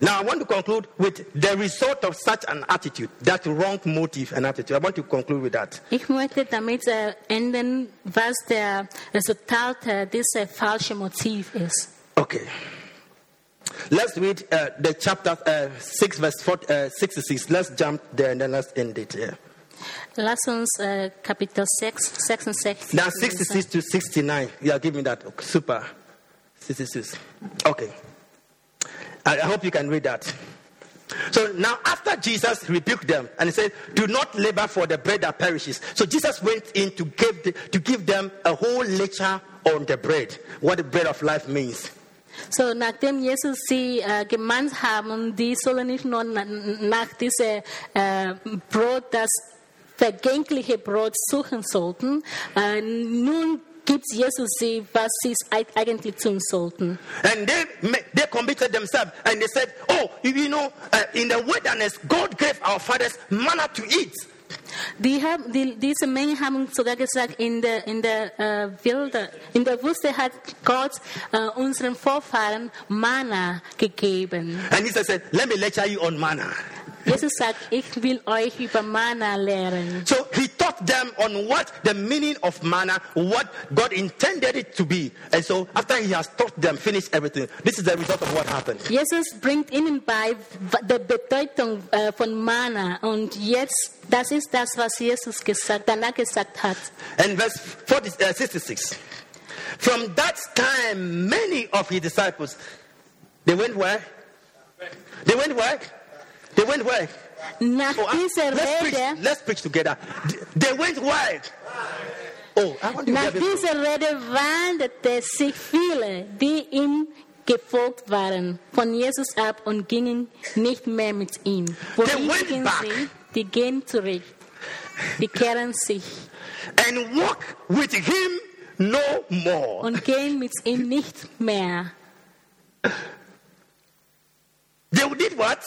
A: Now, I want to conclude with the result of such an attitude, that wrong motive and attitude. I want to conclude with that.
B: Ich möchte damit äh, enden, was der Resultat äh, dieses falschen Motiv ist.
A: Okay. Let's read uh, the chapter uh, 6, verse 40, uh, 66. Let's jump there and then let's end it here.
B: Lass uns äh, Kapitel 6, 66.
A: Now, 66 to 69. You are giving that. Okay, super. 66. Okay. I, I hope you can read that. So now, after Jesus rebuked them and he said, Do not labor for the bread that perishes. So Jesus went in to give, the, to give them a whole lecture on the bread, what the bread of life means.
B: So, nachdem Jesus sie äh, gemahnt haben, die sollen nicht nur na, nach diesem äh, Brot, das vergängliche Brot suchen sollten, äh, nun gibt Jesus sie, was sie eig- eigentlich tun sollten.
A: And they, ma- they committed themselves and they said, Oh, you, you know, uh, in the wilderness, God gave our fathers manna to eat.
B: Die haben, die, diese Menge haben sogar gesagt, in der, in der, äh, Wilde, in der Wüste hat Gott äh, unseren Vorfahren Mana gegeben.
A: And Jesus said, Let me lecture you on manna.
B: Jesus sagt, ich will euch über Mana lehren.
A: So he taught them on what the meaning of manna, what God intended it to be. And so after he has taught them, finished everything, this is the result of what happened.
B: Jesus bringt ihnen bei w- die Bedeutung äh, von Mana und jetzt, das ist das, was Jesus gesagt, danach gesagt hat.
A: And verse 40, uh, 66. From that time, many of his disciples, they went where? They went where? They went where?
B: Nach
A: Oh, I-
B: dieser
A: let's, preach,
B: Rede,
A: let's preach together. Th- They went wide. Oh, I want to
B: nach
A: hear this.
B: dieser Rede wanderten sich viele, die ihm gefolgt waren, von Jesus ab und gingen nicht mehr mit ihm. Wohin
A: went
B: gingen
A: back.
B: sie? Die gehen zurück. Die kehren sich
A: And walk with him no more.
B: und gehen mit ihm nicht mehr.
A: They did what?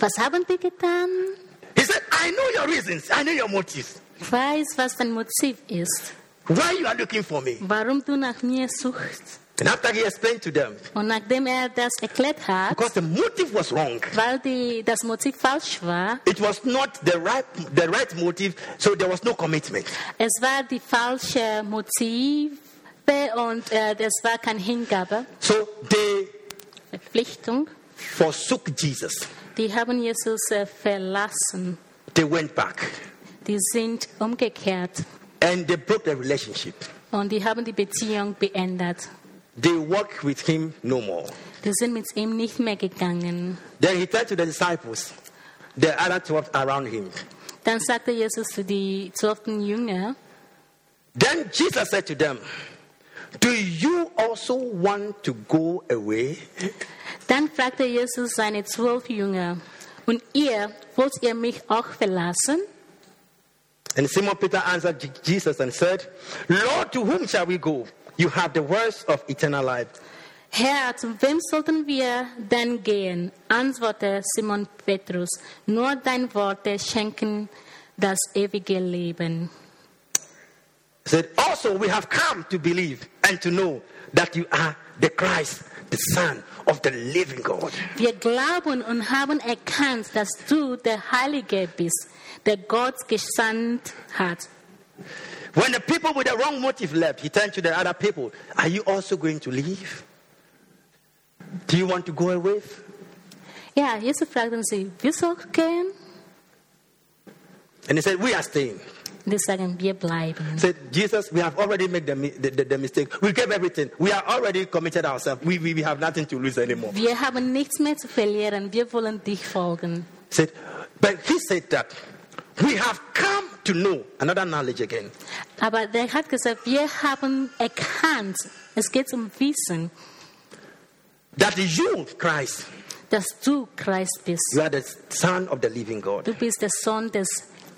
B: Was haben die getan?
A: He said, I know your reasons. I know your motives.
B: Ich weiß, was dein Motiv ist.
A: Why you are looking for me.
B: warum du nach mir suchst.
A: And after he explained to them,
B: Und nachdem er das erklärt hat,
A: because the motive was wrong.
B: weil die, das Motiv falsch war,
A: It was not the right, the right motive, so there was no commitment.
B: es war die falsche Motive und äh, es war keine Hingabe,
A: So they
B: Verpflichtung.
A: forsook Jesus.
B: Die haben Jesus äh, verlassen.
A: They went back
B: Die sind umgekehrt
A: and they broke the relationship.
B: und die haben die Beziehung beendet.
A: They walked with him no more.
B: Die sind mit ihm nicht mehr gegangen.
A: Then he turned to the disciples, the other 12 around him.
B: Dann sagte Jesus zu den zwölften Jünger,
A: Then Jesus said to them, Do you also want to go away?
B: Dann fragte Jesus seine zwölf Jünger, und ihr, wollt ihr mich auch verlassen?
A: And Simon Peter answered Je- Jesus and said, Lord, to whom shall we go? You have the words of eternal life.
B: Herr, zu wem sollten wir denn gehen? Antwortete Simon Petrus, nur dein Worte schenken das ewige Leben.
A: He said, Also, we have come to believe and to know that you are the Christ, the Son of the living God.
B: Wir glauben und haben erkannt, dass du der Heilige bist, der Gott gesandt hat.
A: When the people with the wrong motive left, he turned to the other people, Are you also going to leave? Do you want to go away?
B: Ja, Jesus fragten sie, wir sollen gehen?
A: And he said, We are staying.
B: Die sagen, wir bleiben.
A: He said, Jesus, we have already made the, mi- the, the, the mistake. We gave everything. We are already committed ourselves. We, we, we have nothing to lose anymore. He
B: Wir haben nichts mehr zu verlieren, wir wollen dich folgen.
A: said, But he said that we have come to know another knowledge again.
B: Aber der hat gesagt, wir haben erkannt, es geht um Wissen,
A: That you, Christ,
B: dass du Christ
A: you
B: bist.
A: are the Son of the living God.
B: Du bist der Sohn des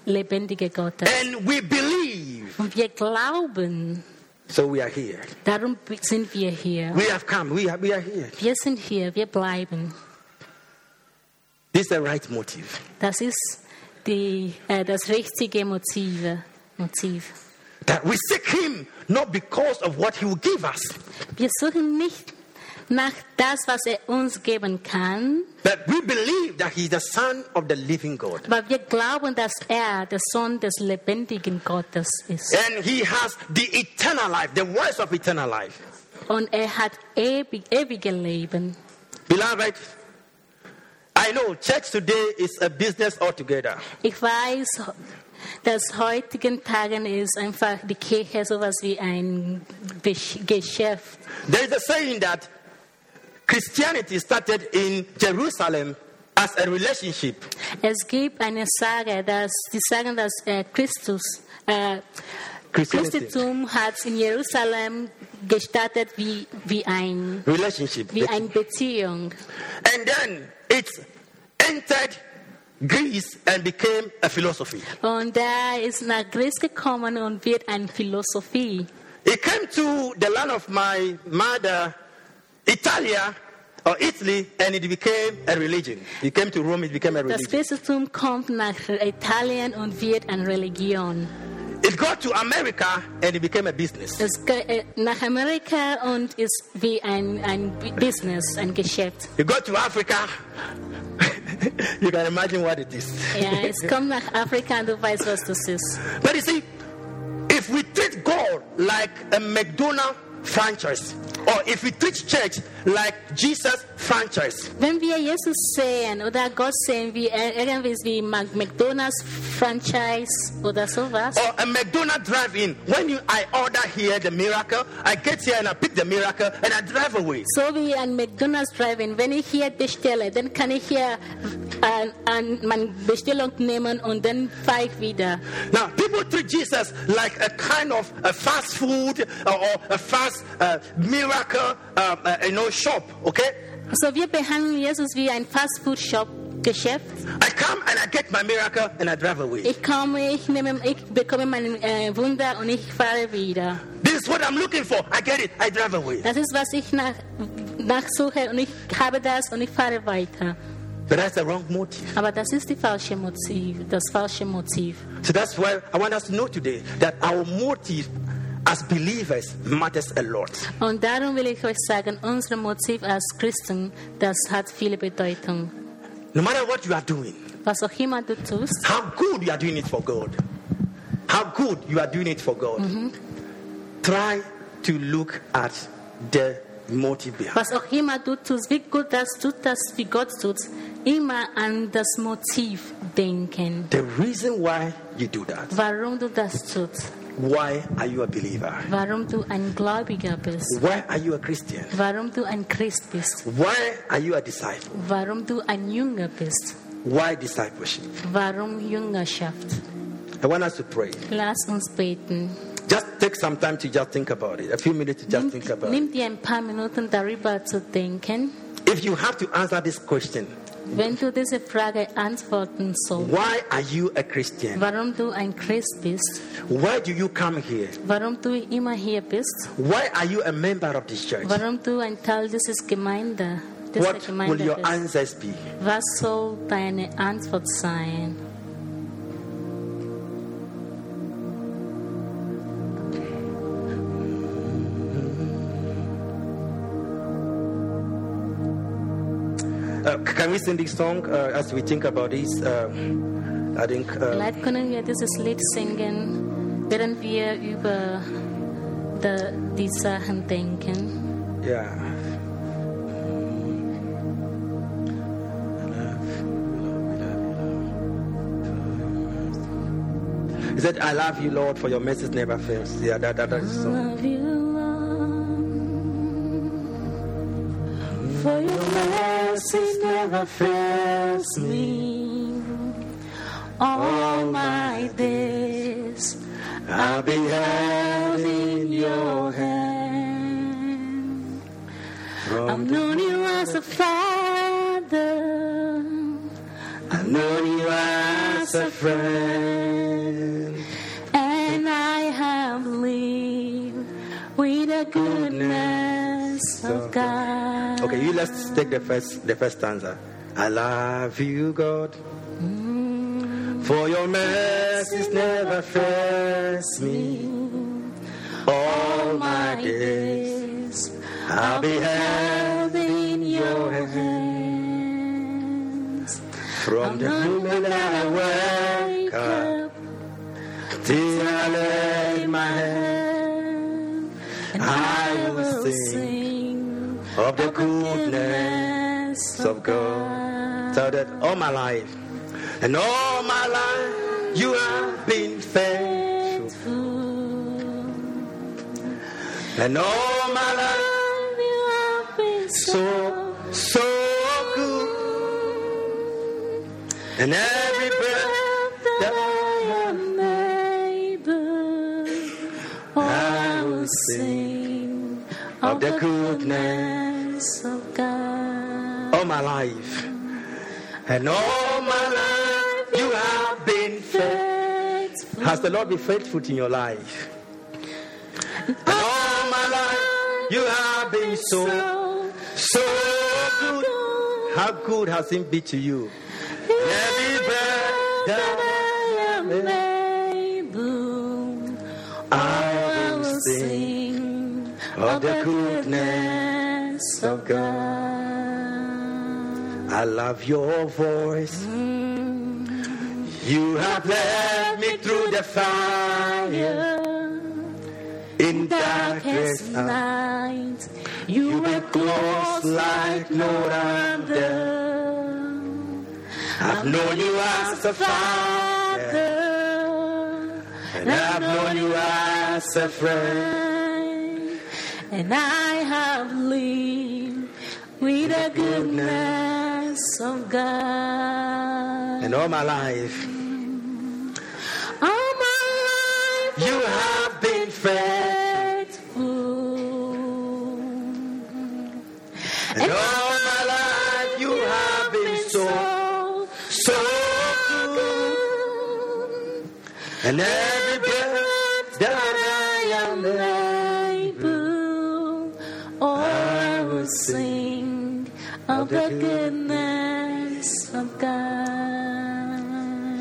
B: lebendigen Gottes.
A: And we believe.
B: Und wir glauben,
A: So we are here.
B: darum sind wir hier.
A: We have come. We are, we are here.
B: Wir sind hier, wir bleiben.
A: This is the right motive.
B: Das ist die, äh, das richtige Motive. Motiv.
A: That we seek Him not because of what He will give us,
B: Wir suchen nicht nach das, was er uns geben kann.
A: But we believe that He is the Son of the living God.
B: Aber wir glauben, dass er der Sohn des lebendigen Gottes ist.
A: And He has the eternal life, the words of eternal life.
B: Und er hat ewig, ewige Leben.
A: Beloved, I know church today is a business altogether.
B: Ich weiß, dass heutigen Tagen ist einfach die Kirche sowas wie ein Besch- Geschäft.
A: There is a saying that Christianity started in Jerusalem as a relationship.
B: Es gibt eine Sage, dass die sagen, dass äh, Christus äh,
A: Christianity.
B: Christentum hat in Jerusalem gestartet wie, wie, ein,
A: Relationship.
B: wie eine Beziehung.
A: And then it entered Greece and became a philosophy.
B: Und da ist nach Greece gekommen und wird eine Philosophie.
A: It came to the land of my mother, Italia or Italy, and it became a religion. It came to Rome, it became a
B: Das
A: religion.
B: Christentum kommt nach Italien und wird eine Religion.
A: It got to America and it became a business.
B: Es ge- äh, nach Amerika und ist wie ein, ein B- Business, ein Geschäft.
A: It got to Africa. you can imagine what it is.
B: Ja, es kommt nach Afrika und du weißt, was das ist.
A: But you see, if we treat God like a McDonald franchise, or if we treat church like Jesus franchise,
B: Wenn wir Jesus sehen oder Gott sehen, wie er- irgendwie ist wie Mac- McDonalds Franchise oder sowas.
A: or a McDonald drive-in, when you, I order here the miracle, I get here and I pick the miracle and I drive away.
B: So wie ein McDonalds Drive-In. Wenn ich hier bestelle, dann kann ich hier an, an meine Bestellung nehmen und dann fahre ich wieder.
A: Now, people treat Jesus like a kind of a fast food uh, or a fast uh, miracle, uh, uh, you know, shop. Okay,
B: So wir behandeln Jesus wie ein Fast-Food-Shop-Geschäft.
A: I come and I get my miracle and I drive away.
B: Ich komme, ich nehme, ich bekomme mein äh, Wunder und ich fahre wieder.
A: This is what I'm looking for. I get it. I drive away.
B: Das ist, was ich nach, nachsuche und ich habe das und ich fahre weiter.
A: But that's the wrong motive.
B: Aber das ist die falsche Motiv, das falsche Motiv.
A: So that's why I want us to know today that our motive as believers matters a lot.
B: Und darum will ich euch sagen, unser Motiv als Christen, das hat viele Bedeutung.
A: No matter what you are doing,
B: Was auch immer du tust,
A: how good you are doing it for God, how good you are doing it for God. Try to look at the motive behind.
B: was auch immer du tust, wie gut das tut, das wie Gott tut, immer an das Motiv denken.
A: The reason why you do that.
B: Warum du das tust,
A: Why are you a believer?
B: warum du ein Gläubiger bist,
A: Why are you a Christian?
B: warum du ein Christ bist,
A: Why are you a disciple?
B: warum du ein Jünger bist,
A: Why discipleship?
B: warum Jüngerschaft.
A: I want us to pray.
B: Lass uns beten.
A: Just take some time to just think about it. A few minutes to just think about it.
B: Nimm dir ein paar Minuten darüber zu denken.
A: If you have to answer this question,
B: Wenn du diese Frage antworten sollst,
A: why are you a Christian?
B: warum du ein Christ bist,
A: Why do you come here?
B: warum du immer hier bist,
A: Why are you a member of this church?
B: warum du ein Teil dieses Gemeinde, dieser
A: What will
B: Gemeinde
A: your
B: bist,
A: answers be?
B: was soll deine Antwort sein?
A: Uh, can we sing this song uh, as we think about this? Uh, I think. Uh,
B: Vielleicht können wir dieses Lied singen, während wir über de- die Sachen denken.
A: Yeah. He said, I love you, Lord, for your message never fails. Yeah, that, that, that is the song.
B: Love you, Lord, for your mercy never fails me. All my days
A: I'll be
B: held
A: held
B: in your hand. I've known you as a father.
A: I know you as a friend.
B: And I have lived with the goodness of God.
A: Okay, you let's take the first the first stanza. I love you, God, for your mercies never fails me all my days. I'll be held
B: in
A: your
B: hands.
A: from the moment I wake up till I lay my head
B: and
A: I will
B: sing
A: of the goodness of God.
B: God.
A: So that all my life and all my life you have been faithful. And all my life so, so good. And every breath that I am I will
B: Sing
A: of the
B: goodness of God.
A: all my life. And all my life you have been faithful.
B: Faithful
A: Has the Lord been faithful in your life? And all my life you have been so,
B: so
A: so good.
B: good.
A: How good has Him been to you? Every breath that
B: I am able, I will sing of the goodness of God.
A: I love your voice.
B: Mm.
A: You have led me through the fire. In
B: Darkest
A: darkness, I-
B: night, you were close like no other.
A: I've known you as a father.
B: Father,
A: And I've known you as a friend.
B: and I have lived with the goodness of God.
A: And all my life,
B: All my life
A: you have been faithful.
B: faithful.
A: And all my life, you have been so,
B: so
A: so good.
B: good.
A: And every breath that I am
B: able, or I will sing of the goodness of God.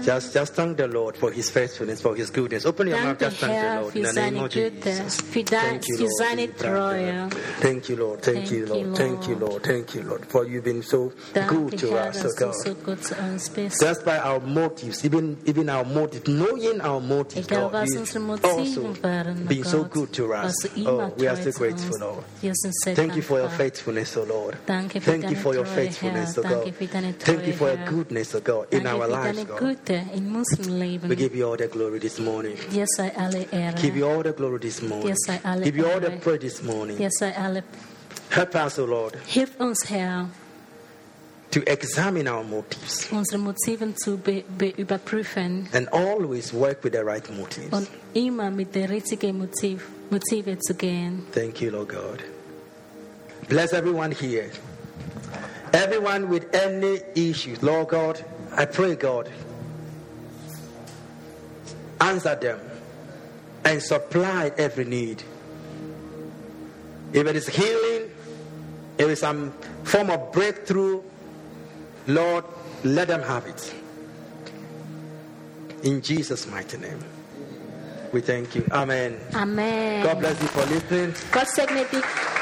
A: Just, just thank the Lord for His faithfulness, for His goodness. Open your mouth,
B: Danke,
A: just thank the
B: Herr,
A: Lord
B: für seine Güte, für, dein, für seine Treue.
A: Thank you, Lord. Thank
B: Thank
A: you, Lord.
B: you,
A: Thank you,
B: Lord.
A: Lord. Thank you, Lord. For you've been so good
B: Danke,
A: to
B: Herr,
A: us, oh
B: dass du
A: God.
B: so gut zu uns bist.
A: Just by our motives, even even our motives, knowing our motives,
B: Egal
A: God,
B: was
A: you
B: unsere
A: also
B: Motive waren, oh
A: being so
B: Gott,
A: good to us.
B: warst du
A: Oh,
B: immer
A: we are
B: treu
A: so
B: zu
A: grateful,
B: uns.
A: Lord.
B: Wir sind sehr
A: Thank you for your
B: dankbar.
A: faithfulness, O Lord.
B: Danke für
A: Thank you
B: deine
A: for your
B: Treue,
A: faithfulness, O
B: Herr.
A: God.
B: Danke für deine
A: Thank you
B: Treue,
A: for your
B: Herr.
A: goodness, O God, in
B: Danke
A: our
B: für
A: lives,
B: deine
A: God.
B: Güte uh, in unserem Leben.
A: We give you all the glory this morning.
B: Dir sei alle Ehre.
A: Give you all the glory this morning.
B: Yes, I alle
A: Give you all the
B: honor.
A: praise this morning.
B: Dir sei alle.
A: Help us, O Lord,
B: Hilf uns, Herr,
A: to examine our motives
B: unsere Motiven zu be be überprüfen
A: and always work with the right motives.
B: und immer mit der richtigen Motiv Motive zu gehen.
A: Thank you, Lord God. Bless everyone here. Everyone with any issues, Lord God, I pray, God, answer them and supply every need. If it is healing, if it's some form of breakthrough, Lord, let them have it. In Jesus' mighty name, we thank you. Amen.
B: Amen.
A: God bless you for listening.
B: Gott segne dich